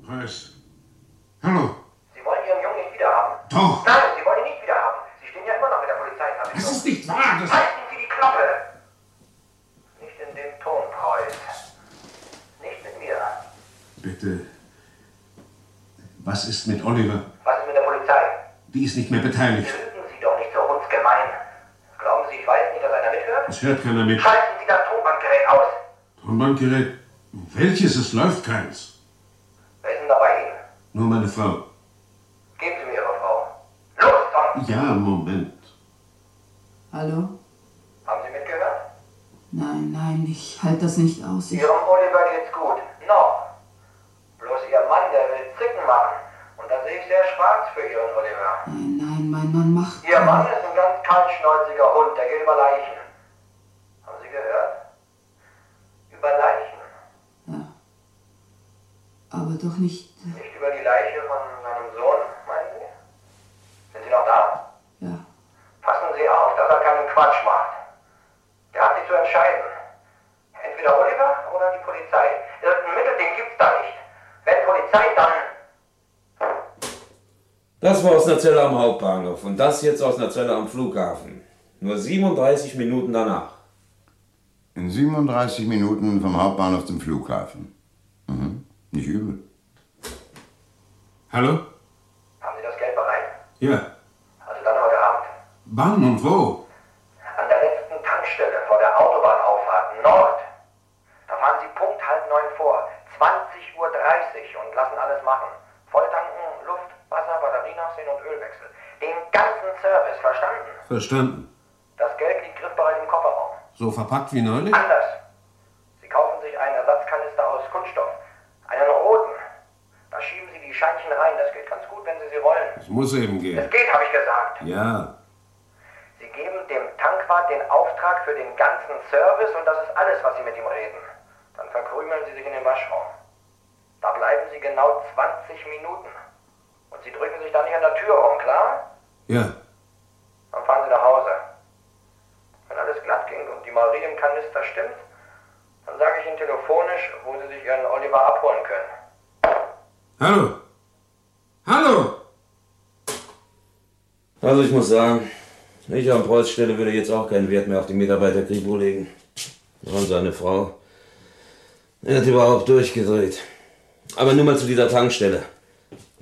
Speaker 18: Preuß. Hallo.
Speaker 17: Sie wollen Ihren Jungen nicht wiederhaben.
Speaker 18: Doch.
Speaker 17: Nein, Sie wollen ihn nicht wiederhaben. Sie stehen ja immer noch mit der Polizei in Verbindung.
Speaker 18: Das ist nicht wahr. Das
Speaker 17: Halten Sie die Klappe! Nicht in dem Ton, Preuß. Nicht mit mir.
Speaker 18: Bitte. Was ist mit Oliver?
Speaker 17: Was ist mit der Polizei?
Speaker 18: Die ist nicht mehr beteiligt.
Speaker 17: Lügen Sie doch nicht so uns gemein. Glauben Sie, ich weiß nicht, dass einer mithört?
Speaker 18: Es hört keiner mit.
Speaker 17: Schalten Sie das Tonbandgerät aus.
Speaker 18: Tonbandgerät. Welches? Es läuft keins.
Speaker 17: Wer ist denn da bei Ihnen?
Speaker 18: Nur meine Frau.
Speaker 17: Geben Sie mir Ihre Frau. Los, sonst!
Speaker 18: Ja, Moment.
Speaker 16: Hallo?
Speaker 17: Haben Sie mitgehört?
Speaker 16: Nein, nein, ich halte das nicht aus. Ich,
Speaker 17: Ihrem Oliver geht's gut. Noch. Bloß Ihr Mann, der will Zicken machen. Und da sehe ich sehr schwarz für Ihren Oliver.
Speaker 16: nein, nein, mein Mann macht.
Speaker 17: Ihr Mann ist ein ganz kaltschnäuziger Hund, der geht über Leichen. Haben Sie gehört? Über Leichen.
Speaker 16: Aber doch nicht.
Speaker 17: Nicht über die Leiche von seinem Sohn, meinen Sie? Sind Sie noch da?
Speaker 16: Ja.
Speaker 17: Passen Sie auf, dass er keinen Quatsch macht. Der hat sich zu entscheiden. Entweder Oliver oder die Polizei. Irgendein Mittelding gibt's da nicht. Wenn Polizei, dann...
Speaker 14: Das war aus einer Zelle am Hauptbahnhof und das jetzt aus einer Zelle am Flughafen. Nur 37 Minuten danach.
Speaker 7: In 37 Minuten vom Hauptbahnhof zum Flughafen. Mhm. Nicht übel.
Speaker 18: Hallo?
Speaker 17: Haben Sie das Geld bereit?
Speaker 18: Ja.
Speaker 17: Also dann heute Abend.
Speaker 18: Wann und wo?
Speaker 17: An der letzten Tankstelle vor der Autobahnauffahrt Nord. Da fahren Sie Punkt halb neun vor, 20.30 Uhr und lassen alles machen. Volltanken, Luft, Wasser, Batterie nachsehen und Ölwechsel. Den ganzen Service, verstanden?
Speaker 18: Verstanden.
Speaker 17: Das Geld liegt griffbereit im Kofferraum.
Speaker 18: So verpackt wie neulich?
Speaker 17: Anders. Sie kaufen sich einen Ersatzkanister aus Kunststoff. Einen roten. Da schieben Sie die Scheinchen rein. Das geht ganz gut, wenn Sie sie wollen.
Speaker 18: Es muss eben gehen.
Speaker 17: Es geht, habe ich gesagt.
Speaker 18: Ja.
Speaker 17: Sie geben dem Tankwart den Auftrag für den ganzen Service und das ist alles, was Sie mit ihm reden. Dann verkrümeln Sie sich in den Waschraum. Da bleiben Sie genau 20 Minuten. Und Sie drücken sich da nicht an der Tür rum, klar?
Speaker 18: Ja.
Speaker 17: Dann fahren Sie nach Hause. Wenn alles glatt ging und die Marie im Kanister stimmt, dann sage ich Ihnen telefonisch, wo Sie sich Ihren Oliver abholen können.
Speaker 18: Hallo? Hallo?
Speaker 14: Also ich muss sagen, ich an Preuß Stelle würde jetzt auch keinen Wert mehr auf die Mitarbeiter Kripo legen. Und seine Frau. Er hat überhaupt durchgedreht. Aber nur mal zu dieser Tankstelle.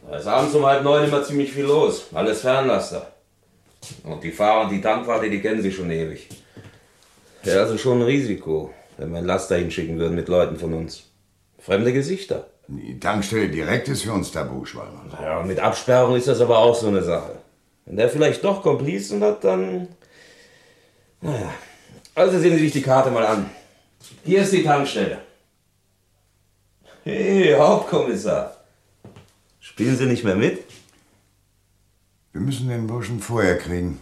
Speaker 14: Da ist abends um halb neun immer ziemlich viel los. Alles Fernlaster. Und die Fahrer und die Tankwarte, die kennen sie schon ewig. Wäre also schon ein Risiko, wenn wir einen Laster hinschicken würden mit Leuten von uns. Fremde Gesichter.
Speaker 7: Die Tankstelle direkt ist für uns tabu, Schwallmann.
Speaker 14: Ja, und mit Absperrung ist das aber auch so eine Sache. Wenn der vielleicht doch Komplizen hat, dann. Naja. Also sehen Sie sich die Karte mal an. Hier ist die Tankstelle. Hey, Hauptkommissar. Spielen Sie nicht mehr mit?
Speaker 7: Wir müssen den Burschen vorher kriegen.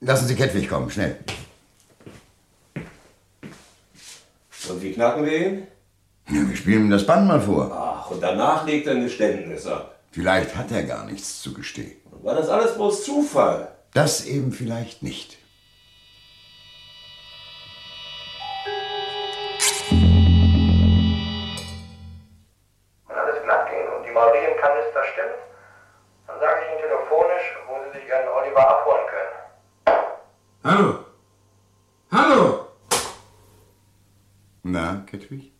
Speaker 7: Lassen Sie Kettwig kommen, schnell.
Speaker 14: Und wie knacken wir ihn?
Speaker 7: Ja, wir spielen ihm das Band mal vor.
Speaker 14: Ach, und danach legt er ein Geständnis ab.
Speaker 7: Vielleicht hat er gar nichts zu gestehen.
Speaker 14: War das alles bloß Zufall?
Speaker 7: Das eben vielleicht nicht.
Speaker 17: Wenn alles glatt ging und die Marie im Kanister stimmt, dann sage ich Ihnen telefonisch, wo Sie sich Ihren Oliver abholen können.
Speaker 18: Hallo? Hallo?
Speaker 7: Na, Kettwig?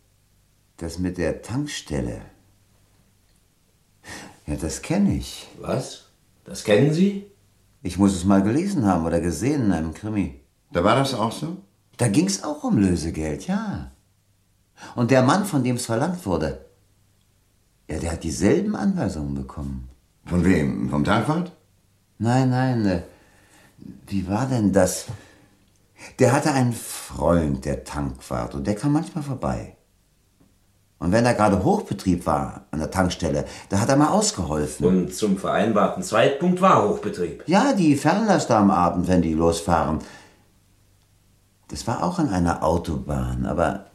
Speaker 21: Das mit der Tankstelle. Ja, das kenne ich.
Speaker 14: Was? Das kennen Sie?
Speaker 21: Ich muss es mal gelesen haben oder gesehen in einem Krimi.
Speaker 7: Da war das auch so?
Speaker 21: Da ging's auch um Lösegeld, ja. Und der Mann, von dem es verlangt wurde, ja, der hat dieselben Anweisungen bekommen.
Speaker 7: Von wem? Vom Tankwart?
Speaker 21: Nein, nein. Äh, wie war denn das? Der hatte einen Freund, der Tankwart, und der kam manchmal vorbei. Und wenn da gerade Hochbetrieb war an der Tankstelle, da hat er mal ausgeholfen.
Speaker 14: Und zum vereinbarten Zeitpunkt war Hochbetrieb.
Speaker 21: Ja, die Fernlaster am Abend, wenn die losfahren. Das war auch an einer Autobahn, aber.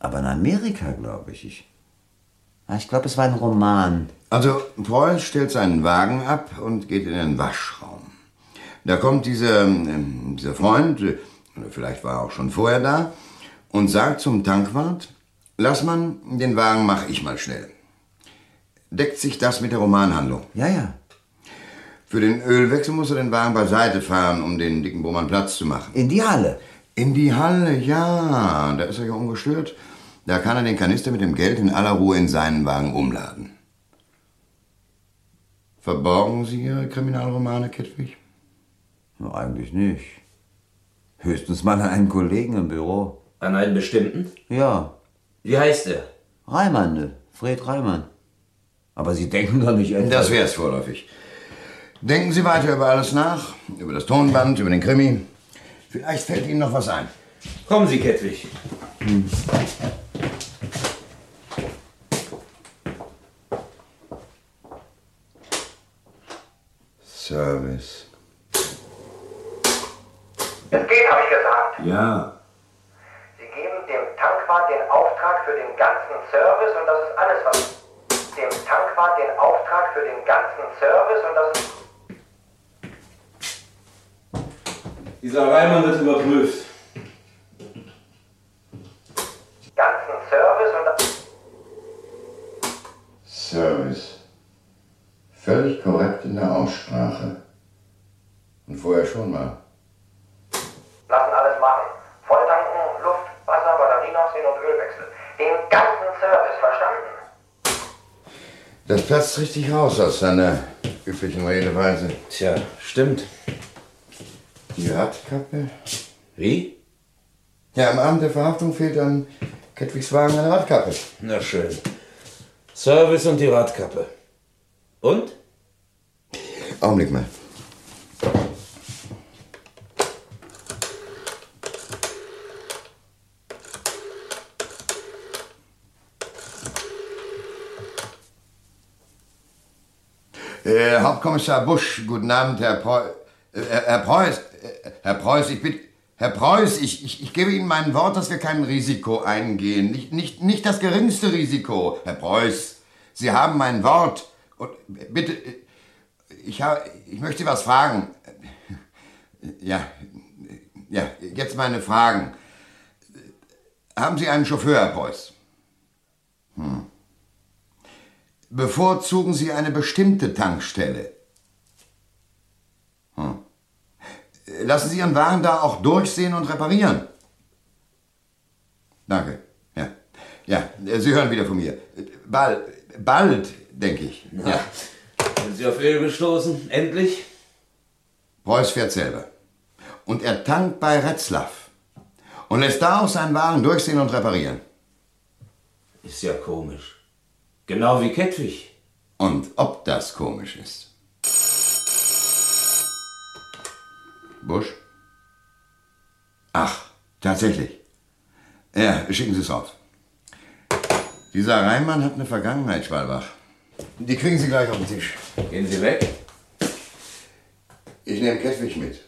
Speaker 21: Aber in Amerika, glaube ich. ich. ah, Ich glaube, es war ein Roman.
Speaker 7: Also, Preuß stellt seinen Wagen ab und geht in den Waschraum. Da kommt dieser, ähm, dieser Freund, äh, oder vielleicht war er auch schon vorher da, und sagt zum Tankwart, lass man, den Wagen mach ich mal schnell. Deckt sich das mit der Romanhandlung?
Speaker 21: Ja, ja.
Speaker 7: Für den Ölwechsel muss er den Wagen beiseite fahren, um den dicken Bummern Platz zu machen.
Speaker 21: In die Halle?
Speaker 7: In die Halle, ja. Da ist er ja ungestört. Da kann er den Kanister mit dem Geld in aller Ruhe in seinen Wagen umladen. Verborgen Sie Ihre Kriminalromane, Kettwig?
Speaker 21: Na, eigentlich nicht. Höchstens mal an einen Kollegen im Büro.
Speaker 14: An einen bestimmten?
Speaker 21: Ja,
Speaker 14: Wie heißt er?
Speaker 21: Reimann, ne? Fred Reimann. Aber Sie denken doch nicht etwa.
Speaker 7: Das wär's vorläufig. Denken Sie weiter über alles nach. Über das Tonband, über den Krimi. Vielleicht fällt Ihnen noch was ein.
Speaker 14: Kommen Sie, Kettwig.
Speaker 7: Service.
Speaker 17: Es geht, habe ich gesagt.
Speaker 7: Ja.
Speaker 17: Sie geben dem Tankwart den Auftrag für den ganzen Service und das ist alles, was. Dem Tankwart den Auftrag für den ganzen Service und das ist.
Speaker 14: Dieser Reimann wird überprüft.
Speaker 17: ganzen Service und das.
Speaker 7: Service. Völlig korrekt in der Aussprache. Und vorher schon mal.
Speaker 17: Lassen alles machen. Volltanken, Luft, Wasser, Batterie nachsehen und Ölwechsel. Den ganzen Service, verstanden?
Speaker 7: Das platzt richtig raus aus deiner üblichen Redeweise.
Speaker 14: Tja, stimmt.
Speaker 7: Die Radkappe?
Speaker 14: Wie?
Speaker 7: Ja, am Abend der Verhaftung fehlt an Kettwigs Wagen eine Radkappe.
Speaker 14: Na schön. Service und die Radkappe. Und?
Speaker 7: Augenblick mal. Äh, Hauptkommissar Busch, guten Abend, Herr Preuß. Äh, Herr Preuß, äh, Herr Preuß, ich bitte. Herr Preuß, ich, ich, ich gebe Ihnen mein Wort, dass wir kein Risiko eingehen. Nicht, nicht, nicht das geringste Risiko. Herr Preuß, Sie haben mein Wort. Und bitte, äh, ich, habe, ich möchte was fragen. Ja, ja, jetzt meine Fragen. Haben Sie einen Chauffeur, Herr Preuß? Hm. Bevorzugen Sie eine bestimmte Tankstelle? Hm. Lassen Sie Ihren Wagen da auch durchsehen und reparieren? Danke. Ja, ja äh, Sie hören wieder von mir. Bald, bald, denke ich. Ja.
Speaker 14: Sind Sie auf Öl gestoßen? Endlich?
Speaker 7: Preuß fährt selber. Und er tankt bei Retzlaff. Und lässt da auch seinen Wagen durchsehen und reparieren.
Speaker 14: Ist ja komisch. Genau wie Kettwig.
Speaker 7: Und ob das komisch ist. Busch? Ach, tatsächlich. Ja, schicken Sie es auf. Dieser Reimann hat eine Vergangenheit, Schwalbach. Die kriegen Sie gleich auf den Tisch.
Speaker 14: Gehen Sie weg?
Speaker 7: Ich nehme Kettwig mit.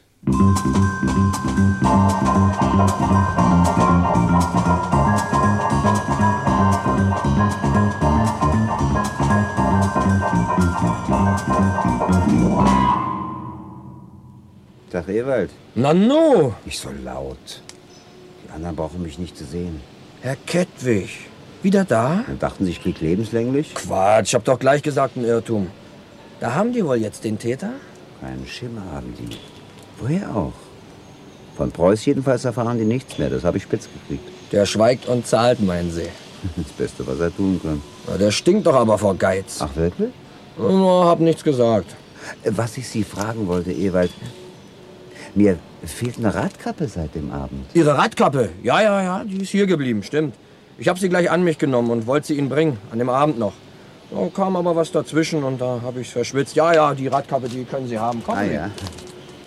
Speaker 21: Tag, Ewald.
Speaker 12: Nanu!
Speaker 21: Nicht so laut. Die anderen brauchen mich nicht zu sehen.
Speaker 12: Herr Kettwig, wieder da?
Speaker 21: Und dachten sich, ich krieg lebenslänglich?
Speaker 12: Quatsch, hab doch gleich gesagt, ein Irrtum. Da haben die wohl jetzt den Täter?
Speaker 21: Keinen Schimmer haben die. Woher auch? Von Preuß jedenfalls erfahren die nichts mehr. Das habe ich spitz gekriegt.
Speaker 12: Der schweigt und zahlt, meinen Sie.
Speaker 21: *laughs* Das Beste, was er tun kann.
Speaker 12: Na, der stinkt doch aber vor Geiz.
Speaker 21: Ach, wirklich? Äh,
Speaker 12: Na, hab nichts gesagt.
Speaker 21: Was ich Sie fragen wollte, Ewald. Mir fehlt eine Radkappe seit dem Abend.
Speaker 12: Ihre Radkappe? Ja, ja, ja, die ist hier geblieben, stimmt. Ich hab sie gleich an mich genommen und wollte sie Ihnen bringen, an dem Abend noch. Da kam aber was dazwischen und da hab ich's verschwitzt. Ja, ja, die Radkappe, die können Sie haben. Kommen
Speaker 21: Ah
Speaker 12: Sie.
Speaker 21: ja.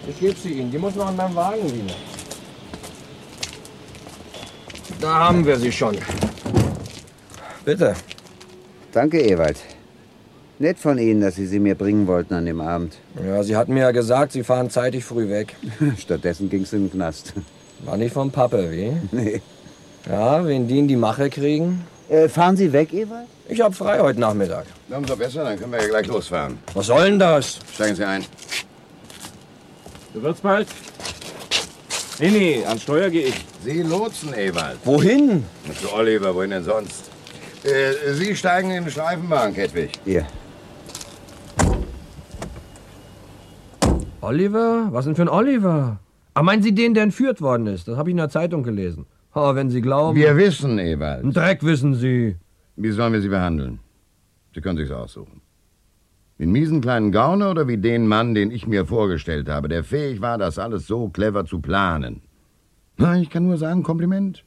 Speaker 12: Ich gebe sie Ihnen. Die muss noch in meinem Wagen liegen. Da haben wir sie schon. Bitte.
Speaker 21: Danke, Ewald. Nett von Ihnen, dass Sie sie mir bringen wollten an dem Abend.
Speaker 12: Ja, Sie hatten mir ja gesagt, Sie fahren zeitig früh weg.
Speaker 21: *laughs* Stattdessen ging es in den Knast.
Speaker 12: War nicht vom Pappe, wie?
Speaker 21: Nee.
Speaker 12: Ja, wen die in die Mache kriegen?
Speaker 21: Äh, fahren Sie weg, Ewald?
Speaker 12: Ich hab frei heute Nachmittag.
Speaker 7: Na, umso besser, dann können wir ja gleich losfahren.
Speaker 12: Was soll denn das?
Speaker 7: Steigen Sie ein.
Speaker 1: Du wirst bald. Nee, nee, ans Steuer gehe ich.
Speaker 7: Sie lotsen, Ewald.
Speaker 12: Wohin?
Speaker 7: Mr. Oliver, wohin denn sonst? Äh, Sie steigen in den Streifenwagen, Kettwig.
Speaker 21: Ja.
Speaker 12: Oliver? Was denn für ein Oliver? Ah, meinen Sie den, der entführt worden ist? Das habe ich in der Zeitung gelesen. Ha, wenn Sie glauben.
Speaker 7: Wir wissen, Ewald.
Speaker 12: Ein Dreck wissen Sie.
Speaker 7: Wie sollen wir Sie behandeln? Sie können sich's aussuchen. Den miesen kleinen Gauner oder wie den Mann, den ich mir vorgestellt habe, der fähig war, das alles so clever zu planen? Na, ich kann nur sagen, Kompliment.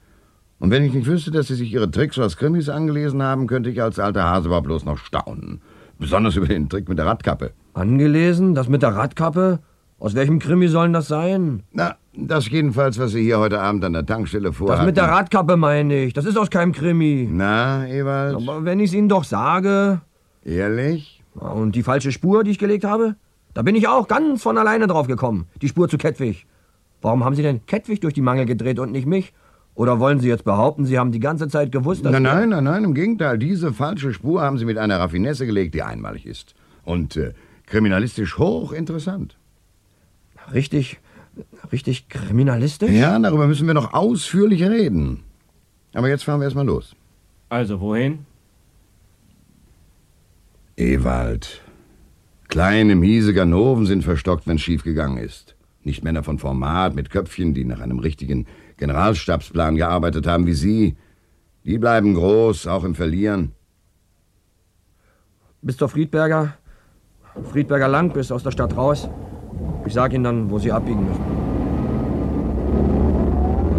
Speaker 7: Und wenn ich nicht wüsste, dass Sie sich Ihre Tricks aus Krimis angelesen haben, könnte ich als alter Hase aber bloß noch staunen. Besonders über den Trick mit der Radkappe.
Speaker 12: Angelesen? Das mit der Radkappe? Aus welchem Krimi sollen das sein?
Speaker 7: Na, das jedenfalls, was Sie hier heute Abend an der Tankstelle vorhaben.
Speaker 12: Das mit der Radkappe meine ich. Das ist aus keinem Krimi.
Speaker 7: Na, Ewald?
Speaker 12: Aber wenn ich es Ihnen doch sage.
Speaker 7: Ehrlich?
Speaker 12: Und die falsche Spur, die ich gelegt habe? Da bin ich auch ganz von alleine drauf gekommen. Die Spur zu Kettwig. Warum haben Sie denn Kettwig durch die Mangel gedreht und nicht mich? Oder wollen Sie jetzt behaupten, Sie haben die ganze Zeit gewusst, dass.
Speaker 7: Nein, nein, nein, nein, im Gegenteil. Diese falsche Spur haben Sie mit einer Raffinesse gelegt, die einmalig ist. Und äh, kriminalistisch hochinteressant.
Speaker 12: Richtig, richtig kriminalistisch?
Speaker 7: Ja, darüber müssen wir noch ausführlich reden. Aber jetzt fahren wir erstmal los.
Speaker 1: Also, wohin?
Speaker 7: Ewald. Kleine, miese Ganoven sind verstockt, wenn schiefgegangen ist. Nicht Männer von Format mit Köpfchen, die nach einem richtigen Generalstabsplan gearbeitet haben wie Sie. Die bleiben groß, auch im Verlieren.
Speaker 12: bis zur Friedberger, Friedberger lang bis aus der Stadt raus. Ich sag Ihnen dann, wo Sie abbiegen müssen.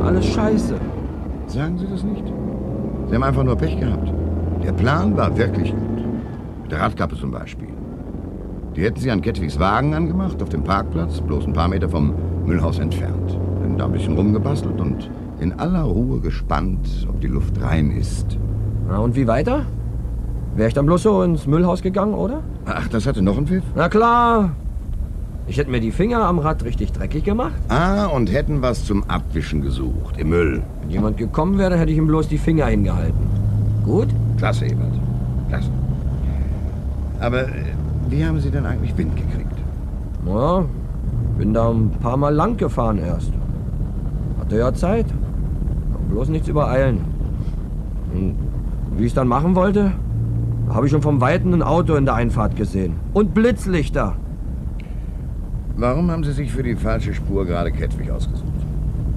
Speaker 12: Alles scheiße.
Speaker 7: Sagen Sie das nicht. Sie haben einfach nur Pech gehabt. Der Plan war wirklich gut. Mit der Radkappe zum Beispiel. Die hätten sie an Kettwigs Wagen angemacht, auf dem Parkplatz, bloß ein paar Meter vom Müllhaus entfernt. Dann da ein bisschen rumgebastelt und in aller Ruhe gespannt, ob die Luft rein ist.
Speaker 12: Na und wie weiter? Wäre ich dann bloß so ins Müllhaus gegangen, oder?
Speaker 7: Ach, das hatte noch einen Pfiff?
Speaker 12: Na klar. Ich hätte mir die Finger am Rad richtig dreckig gemacht.
Speaker 7: Ah, und hätten was zum Abwischen gesucht, im Müll.
Speaker 12: Wenn jemand gekommen wäre, hätte ich ihm bloß die Finger hingehalten. Gut?
Speaker 7: Klasse, Ebert. Klasse. Aber äh, wie haben Sie denn eigentlich Wind gekriegt?
Speaker 12: Ja, bin da ein paar Mal lang gefahren erst. Hatte ja Zeit. Bloß nichts übereilen. Und wie ich es dann machen wollte, habe ich schon vom Weiten ein Auto in der Einfahrt gesehen. Und Blitzlichter.
Speaker 7: Warum haben Sie sich für die falsche Spur gerade Kettwig ausgesucht?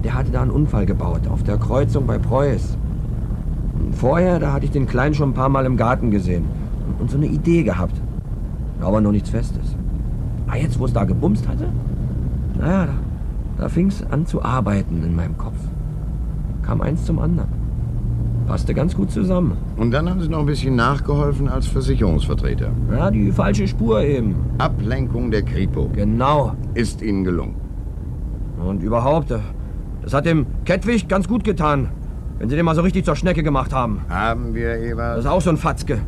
Speaker 12: Der hatte da einen Unfall gebaut, auf der Kreuzung bei Preuß. Und Vorher, da hatte ich den Kleinen schon ein paar Mal im Garten gesehen und- und so eine Idee gehabt. Aber noch nichts Festes. Ah, jetzt, wo es da gebumst hatte? Naja, da, da fing es an zu arbeiten in meinem Kopf. Kam eins zum anderen. Passte ganz gut zusammen.
Speaker 7: Und dann haben Sie noch ein bisschen nachgeholfen als Versicherungsvertreter.
Speaker 12: Ja, die falsche Spur eben.
Speaker 7: Ablenkung der Kripo.
Speaker 12: Genau.
Speaker 7: Ist Ihnen gelungen.
Speaker 12: Und überhaupt, äh, das hat dem Kettwig ganz gut getan, wenn sie den mal so richtig zur Schnecke gemacht haben.
Speaker 7: Haben wir, Ebert.
Speaker 12: Das ist auch so ein Fatzke.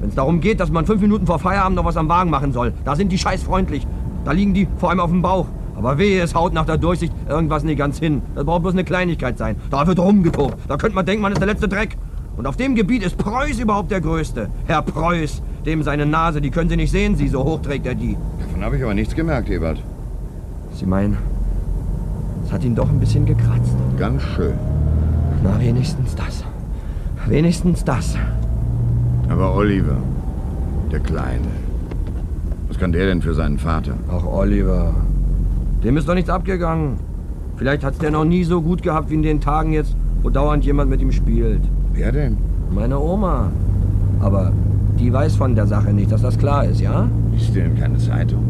Speaker 12: Wenn es darum geht, dass man fünf Minuten vor Feierabend noch was am Wagen machen soll, da sind die scheißfreundlich. Da liegen die vor allem auf dem Bauch. Aber wehe, es haut nach der Durchsicht irgendwas nicht ganz hin. Das braucht bloß eine Kleinigkeit sein. Da wird rumgetobt. Da könnte man denken, man ist der letzte Dreck. Und auf dem Gebiet ist Preuß überhaupt der Größte. Herr Preuß, dem seine Nase, die können Sie nicht sehen, sie, so hoch trägt er die.
Speaker 7: Davon habe ich aber nichts gemerkt, Ebert.
Speaker 12: Sie meinen, es hat ihn doch ein bisschen gekratzt.
Speaker 7: Ganz schön.
Speaker 12: Na, wenigstens das. Wenigstens das.
Speaker 7: Aber Oliver, der Kleine. Was kann der denn für seinen Vater?
Speaker 12: Ach, Oliver. Dem ist doch nichts abgegangen. Vielleicht hat's der noch nie so gut gehabt wie in den Tagen jetzt, wo dauernd jemand mit ihm spielt.
Speaker 7: Wer denn?
Speaker 12: Meine Oma. Aber die weiß von der Sache nicht, dass das klar ist, ja?
Speaker 7: Ist denn keine Zeitung?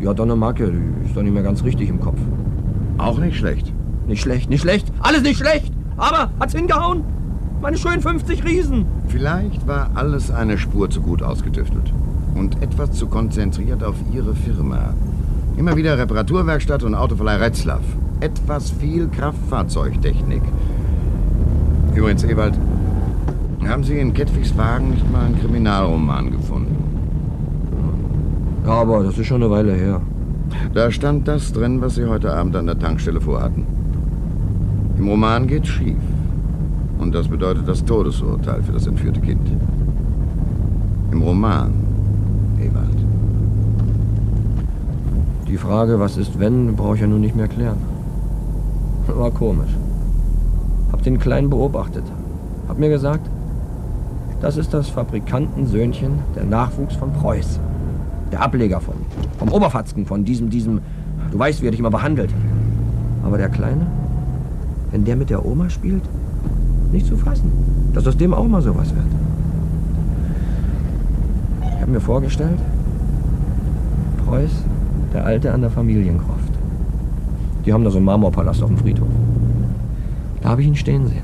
Speaker 12: Die hat doch eine Macke, die ist doch nicht mehr ganz richtig im Kopf.
Speaker 7: Auch nicht schlecht.
Speaker 12: Nicht schlecht, nicht schlecht, alles nicht schlecht! Aber hat's hingehauen? Meine schönen 50 Riesen!
Speaker 7: Vielleicht war alles eine Spur zu gut ausgetüftelt und etwas zu konzentriert auf Ihre Firma. Immer wieder Reparaturwerkstatt und Autoverleih Retzlaff. Etwas viel Kraftfahrzeugtechnik. Übrigens, Ewald, haben Sie in Kettwigs Wagen nicht mal einen Kriminalroman gefunden?
Speaker 12: Ja, aber das ist schon eine Weile her.
Speaker 7: Da stand das drin, was Sie heute Abend an der Tankstelle vorhatten. Im Roman geht's schief. Und das bedeutet das Todesurteil für das entführte Kind. Im Roman, Ewald.
Speaker 12: Die Frage, was ist wenn, brauche ich ja nun nicht mehr klären. War komisch. Hab den Kleinen beobachtet. Hab mir gesagt, das ist das Fabrikantensöhnchen, der Nachwuchs von Preuß. Der Ableger von, vom Oberfatzken, von diesem, diesem, du weißt, wie er dich immer behandelt. Aber der Kleine, wenn der mit der Oma spielt, nicht zu fassen, dass aus dem auch mal sowas wird. Ich habe mir vorgestellt, Preuß, der Alte an der Familiengruft. Die haben da so einen Marmorpalast auf dem Friedhof. Da habe ich ihn stehen sehen.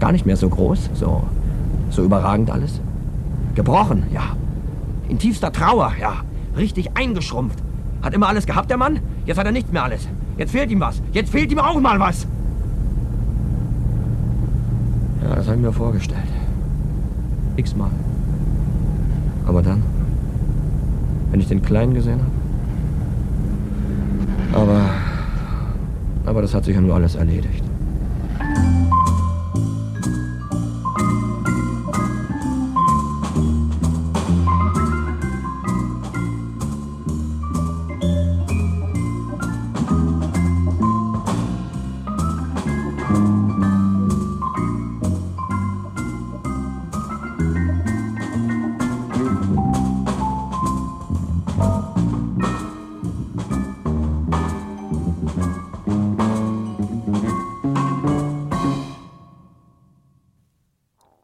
Speaker 12: Gar nicht mehr so groß, so, so überragend alles. Gebrochen, ja. In tiefster Trauer, ja. Richtig eingeschrumpft. Hat immer alles gehabt, der Mann. Jetzt hat er nichts mehr alles. Jetzt fehlt ihm was. Jetzt fehlt ihm auch mal was. Ja, das habe ich mir vorgestellt. X-mal. Aber dann, wenn ich den Kleinen gesehen habe. Aber, aber das hat sich ja nur alles erledigt.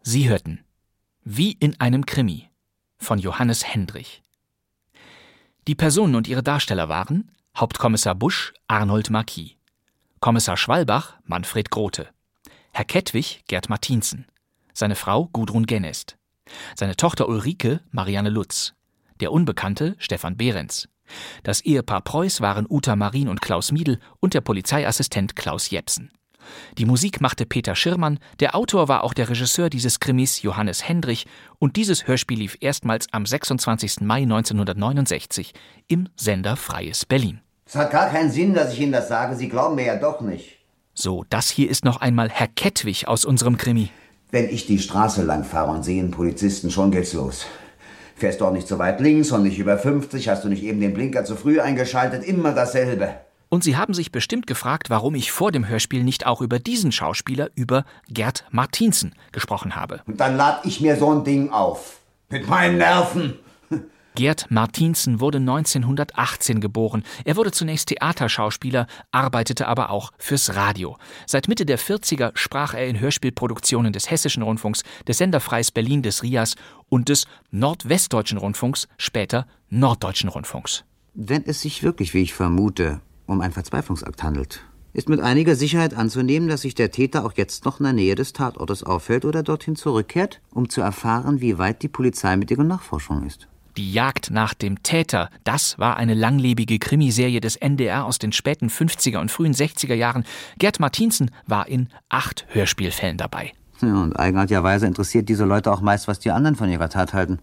Speaker 3: Sie hörten Wie in einem Krimi von Johannes Hendrich. Die Personen und ihre Darsteller waren Hauptkommissar Busch Arnold Marquis, Kommissar Schwalbach Manfred Grote, Herr Kettwig Gerd Martinsen, seine Frau Gudrun Genest, seine Tochter Ulrike Marianne Lutz, der Unbekannte Stefan Behrens. Das Ehepaar Preuß waren Uta Marin und Klaus Miedl und der Polizeiassistent Klaus Jepsen. Die Musik machte Peter Schirmann, der Autor war auch der Regisseur dieses Krimis Johannes Hendrich und dieses Hörspiel lief erstmals am 26. Mai 1969 im Sender Freies Berlin.
Speaker 21: Es hat gar keinen Sinn, dass ich Ihnen das sage. Sie glauben mir ja doch nicht.
Speaker 3: So, das hier ist noch einmal Herr Kettwig aus unserem Krimi.
Speaker 21: Wenn ich die Straße lang fahre und sehe einen Polizisten, schon geht's los. Fährst doch nicht so weit links und nicht über 50, hast du nicht eben den Blinker zu früh eingeschaltet, immer dasselbe.
Speaker 3: Und Sie haben sich bestimmt gefragt, warum ich vor dem Hörspiel nicht auch über diesen Schauspieler, über Gerd Martinsen, gesprochen habe.
Speaker 21: Und dann lad ich mir so ein Ding auf. Mit meinen Nerven.
Speaker 3: Gerd Martinsen wurde 1918 geboren. Er wurde zunächst Theaterschauspieler, arbeitete aber auch fürs Radio. Seit Mitte der 40er sprach er in Hörspielproduktionen des Hessischen Rundfunks, des Senderfreies Berlin, des RIAS und des Nordwestdeutschen Rundfunks, später Norddeutschen Rundfunks.
Speaker 2: Wenn es sich wirklich, wie ich vermute, um einen Verzweiflungsakt handelt, ist mit einiger Sicherheit anzunehmen, dass sich der Täter auch jetzt noch in der Nähe des Tatortes aufhält oder dorthin zurückkehrt, um zu erfahren, wie weit die Polizei mit ihren Nachforschungen ist.
Speaker 3: Die Jagd nach dem Täter, das war eine langlebige Krimiserie des NDR aus den späten 50er und frühen 60er Jahren. Gerd Martinsen war in acht Hörspielfällen dabei.
Speaker 2: Ja, und eigenartigerweise interessiert diese Leute auch meist, was die anderen von ihrer Tat halten.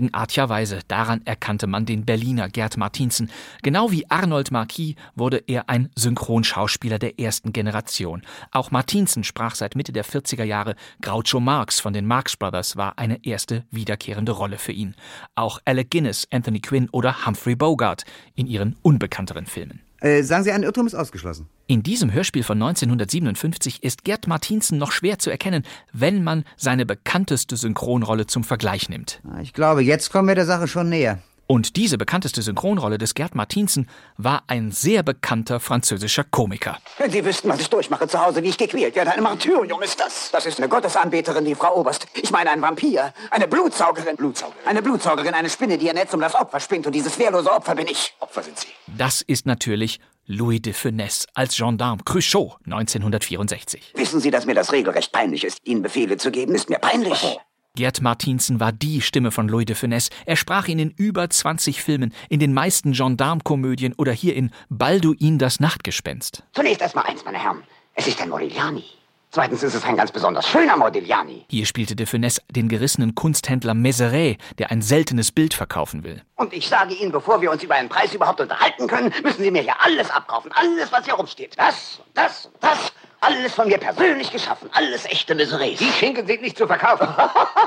Speaker 3: Eigenartigerweise, daran erkannte man den Berliner Gerd Martinsen. Genau wie Arnold Marquis wurde er ein Synchronschauspieler der ersten Generation. Auch Martinsen sprach seit Mitte der 40er Jahre. Groucho Marx von den Marx Brothers war eine erste wiederkehrende Rolle für ihn. Auch Alec Guinness, Anthony Quinn oder Humphrey Bogart in ihren unbekannteren Filmen.
Speaker 2: Äh, sagen Sie, ein Irrtum ist ausgeschlossen.
Speaker 3: In diesem Hörspiel von 1957 ist Gerd Martinsen noch schwer zu erkennen, wenn man seine bekannteste Synchronrolle zum Vergleich nimmt.
Speaker 2: Ich glaube, jetzt kommen wir der Sache schon näher.
Speaker 3: Und diese bekannteste Synchronrolle des Gerd Martinsen war ein sehr bekannter französischer Komiker.
Speaker 5: Wenn Sie wüssten, was ich durchmache zu Hause, wie ich gequält werde. Ein Martyrium ist das. Das ist eine Gottesanbeterin, die Frau Oberst. Ich meine, ein Vampir. Eine Blutsaugerin. Blutsaugerin. Eine Blutsaugerin, eine Spinne, die ihr Netz um das Opfer spinnt. Und dieses wehrlose Opfer bin ich. Opfer sind Sie.
Speaker 3: Das ist natürlich Louis de Funès als Gendarme Cruchot 1964.
Speaker 5: Wissen Sie, dass mir das regelrecht peinlich ist? Ihnen Befehle zu geben, ist mir peinlich.
Speaker 3: Gerd Martinsen war die Stimme von Louis de Funès. Er sprach ihn in über 20 Filmen, in den meisten Gendarmkomödien oder hier in Balduin das Nachtgespenst.
Speaker 5: Zunächst erstmal eins, meine Herren. Es ist ein Modigliani. Zweitens ist es ein ganz besonders schöner Modigliani.
Speaker 3: Hier spielte de Funès den gerissenen Kunsthändler Mézeray, der ein seltenes Bild verkaufen will.
Speaker 5: Und ich sage Ihnen, bevor wir uns über einen Preis überhaupt unterhalten können, müssen Sie mir hier alles abkaufen. Alles, was hier rumsteht. Das, das, das. Alles von mir persönlich geschaffen. Alles echte Miseries.
Speaker 24: Die Schinken sind nicht zu verkaufen.
Speaker 5: *laughs*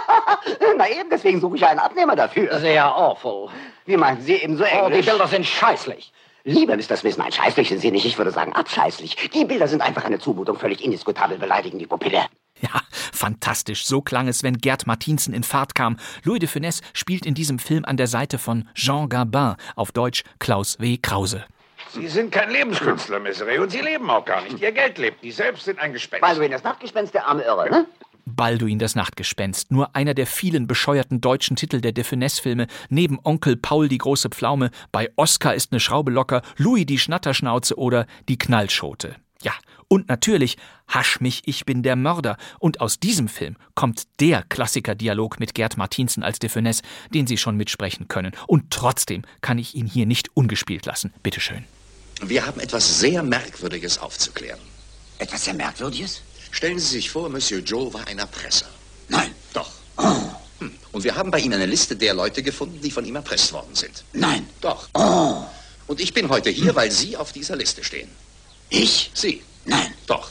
Speaker 5: Na eben, deswegen suche ich einen Abnehmer dafür.
Speaker 24: Sehr awful.
Speaker 5: Wie meinen Sie eben so
Speaker 24: Oh,
Speaker 5: Englisch?
Speaker 24: die Bilder sind scheißlich.
Speaker 5: Lieber Mr. Smith, nein, scheißlich sind Sie nicht. Ich würde sagen, abscheißlich. Die Bilder sind einfach eine Zumutung, völlig indiskutabel, beleidigen die Pupille.
Speaker 3: Ja, fantastisch. So klang es, wenn Gerd Martinsen in Fahrt kam. Louis de Funès spielt in diesem Film an der Seite von Jean Gabin, auf Deutsch Klaus W. Krause.
Speaker 24: Sie sind kein Lebenskünstler, Misery, und Sie leben auch gar nicht. Ihr Geld lebt. Die selbst sind ein Gespenst.
Speaker 5: Baldwin, das Nachtgespenst der arme Irre, ne?
Speaker 3: Balduin das Nachtgespenst, nur einer der vielen bescheuerten deutschen Titel der De Funès-Filme, neben Onkel Paul die große Pflaume, bei Oscar ist eine Schraube locker, Louis die Schnatterschnauze oder die Knallschote. Ja, und natürlich Hasch mich, ich bin der Mörder. Und aus diesem Film kommt der Klassikerdialog mit Gerd Martinsen als De Funès, den Sie schon mitsprechen können. Und trotzdem kann ich ihn hier nicht ungespielt lassen. Bitteschön.
Speaker 9: Wir haben etwas sehr Merkwürdiges aufzuklären.
Speaker 5: Etwas sehr Merkwürdiges?
Speaker 9: Stellen Sie sich vor, Monsieur Joe war ein Erpresser. Nein. Doch. Hm. Und wir haben bei ihm eine Liste der Leute gefunden, die von ihm erpresst worden sind. Nein. Doch. Und ich bin heute hier, weil Sie auf dieser Liste stehen. Ich? Sie. Nein. Doch.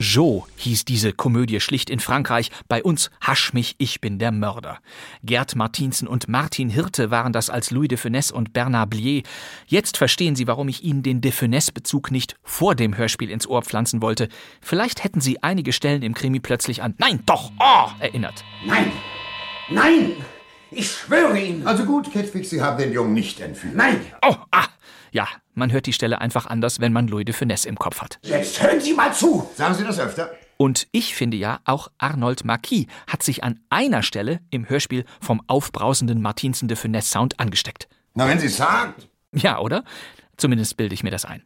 Speaker 3: Jo hieß diese Komödie schlicht in Frankreich, bei uns Hasch mich, ich bin der Mörder. Gerd Martinsen und Martin Hirte waren das als Louis de Funès und Bernard Blier. Jetzt verstehen Sie, warum ich Ihnen den de Funès-Bezug nicht vor dem Hörspiel ins Ohr pflanzen wollte. Vielleicht hätten Sie einige Stellen im Krimi plötzlich an Nein, doch, oh, erinnert.
Speaker 24: Nein! Nein! Ich schwöre Ihnen!
Speaker 7: Also gut, Kettwig, Sie haben den Jungen nicht entführt.
Speaker 24: Nein!
Speaker 3: Oh, ah, ja, man hört die Stelle einfach anders, wenn man Louis de Funès im Kopf hat.
Speaker 24: Jetzt hören Sie mal zu!
Speaker 7: Sagen Sie das öfter?
Speaker 3: Und ich finde ja, auch Arnold Marquis hat sich an einer Stelle im Hörspiel vom aufbrausenden Martinsen de Finesse Sound angesteckt.
Speaker 7: Na, wenn sie sagt.
Speaker 3: Ja, oder? Zumindest bilde ich mir das ein.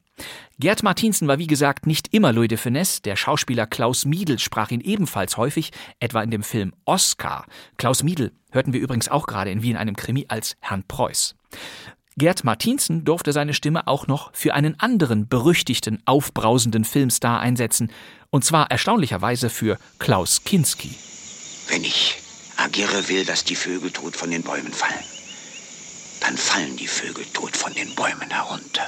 Speaker 3: Gerd Martinsen war wie gesagt nicht immer Louis de Finesse, der Schauspieler Klaus Miedel sprach ihn ebenfalls häufig, etwa in dem Film Oscar. Klaus Miedel hörten wir übrigens auch gerade in Wien einem Krimi als Herrn Preuß. Gerd Martinsen durfte seine Stimme auch noch für einen anderen berüchtigten, aufbrausenden Filmstar einsetzen, und zwar erstaunlicherweise für Klaus Kinski.
Speaker 5: Wenn ich agiere, will, dass die Vögel tot von den Bäumen fallen. Dann fallen die Vögel tot von den Bäumen herunter.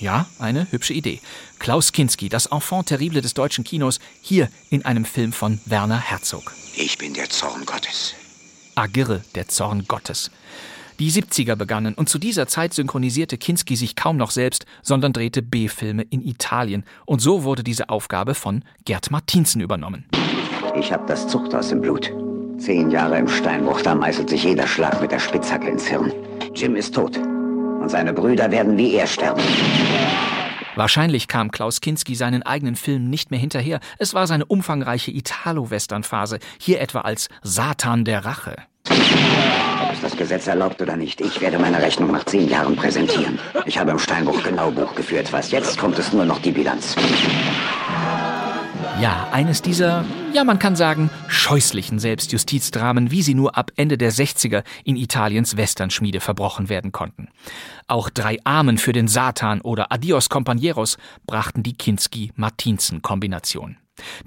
Speaker 3: Ja, eine hübsche Idee. Klaus Kinski, das Enfant terrible des deutschen Kinos, hier in einem Film von Werner Herzog.
Speaker 5: Ich bin der Zorn Gottes.
Speaker 3: Agirre, der Zorn Gottes. Die 70er begannen und zu dieser Zeit synchronisierte Kinski sich kaum noch selbst, sondern drehte B-Filme in Italien. Und so wurde diese Aufgabe von Gerd Martinsen übernommen.
Speaker 5: Ich habe das Zuchthaus im Blut. Zehn Jahre im Steinbruch, da meißelt sich jeder Schlag mit der Spitzhacke ins Hirn. Jim ist tot. Und seine Brüder werden wie er sterben.
Speaker 3: Wahrscheinlich kam Klaus Kinski seinen eigenen Filmen nicht mehr hinterher. Es war seine umfangreiche Italo-Western-Phase, hier etwa als Satan der Rache.
Speaker 5: Ob es das Gesetz erlaubt oder nicht, ich werde meine Rechnung nach zehn Jahren präsentieren. Ich habe im Steinbruch genau Buch geführt. Was jetzt kommt, ist nur noch die Bilanz.
Speaker 3: Ja, eines dieser, ja man kann sagen, scheußlichen Selbstjustizdramen, wie sie nur ab Ende der 60er in Italiens Westernschmiede verbrochen werden konnten. Auch Drei Armen für den Satan oder Adios Compañeros brachten die Kinski-Martinsen-Kombination.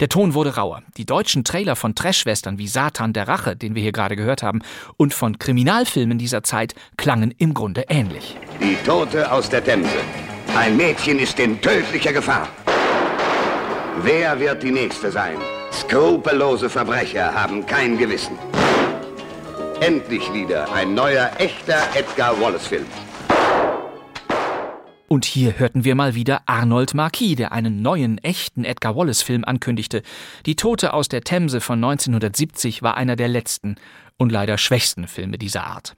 Speaker 3: Der Ton wurde rauer. Die deutschen Trailer von Trashwestern wie Satan der Rache, den wir hier gerade gehört haben, und von Kriminalfilmen dieser Zeit klangen im Grunde ähnlich.
Speaker 9: Die Tote aus der Themse. Ein Mädchen ist in tödlicher Gefahr. Wer wird die nächste sein? Skrupellose Verbrecher haben kein Gewissen. Endlich wieder ein neuer, echter Edgar Wallace-Film.
Speaker 3: Und hier hörten wir mal wieder Arnold Marquis, der einen neuen, echten Edgar Wallace-Film ankündigte. Die Tote aus der Themse von 1970 war einer der letzten und leider schwächsten Filme dieser Art.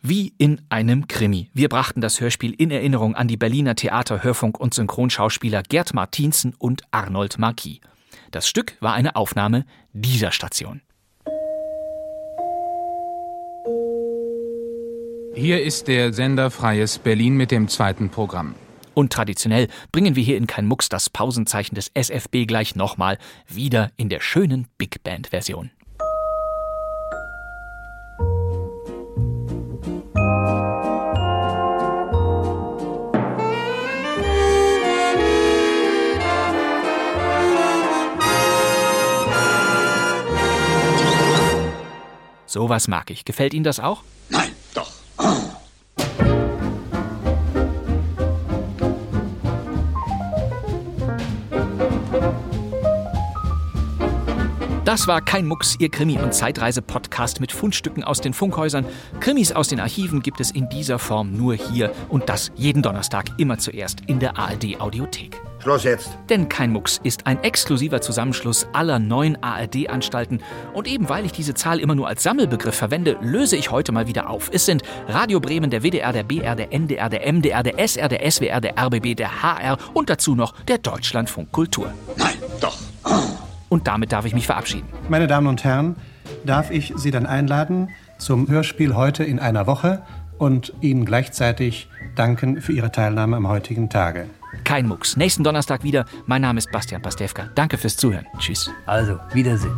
Speaker 3: Wie in einem Krimi. Wir brachten das Hörspiel in Erinnerung an die Berliner Theater-, Hörfunk- und Synchronschauspieler Gerd Martinsen und Arnold Marquis. Das Stück war eine Aufnahme dieser Station.
Speaker 10: Hier ist der Sender Freies Berlin mit dem zweiten Programm.
Speaker 3: Und traditionell bringen wir hier in kein Mucks das Pausenzeichen des SFB gleich nochmal wieder in der schönen Big Band-Version. Sowas mag ich. Gefällt Ihnen das auch?
Speaker 9: Nein, doch.
Speaker 3: Das war kein Mucks, Ihr Krimi- und Zeitreise-Podcast mit Fundstücken aus den Funkhäusern. Krimis aus den Archiven gibt es in dieser Form nur hier und das jeden Donnerstag immer zuerst in der ARD-Audiothek.
Speaker 7: Schluss jetzt.
Speaker 3: Denn kein Mucks ist ein exklusiver Zusammenschluss aller neuen ARD-Anstalten. Und eben weil ich diese Zahl immer nur als Sammelbegriff verwende, löse ich heute mal wieder auf. Es sind Radio Bremen, der WDR, der BR, der NDR, der MDR, der SR, der SWR, der RBB, der HR und dazu noch der Deutschlandfunk Kultur.
Speaker 9: Nein, doch.
Speaker 3: Und damit darf ich mich verabschieden.
Speaker 11: Meine Damen und Herren, darf ich Sie dann einladen zum Hörspiel heute in einer Woche und Ihnen gleichzeitig danken für Ihre Teilnahme am heutigen Tage.
Speaker 3: Kein Mucks. Nächsten Donnerstag wieder. Mein Name ist Bastian Pastewka. Danke fürs Zuhören. Tschüss.
Speaker 13: Also, Wiedersehen.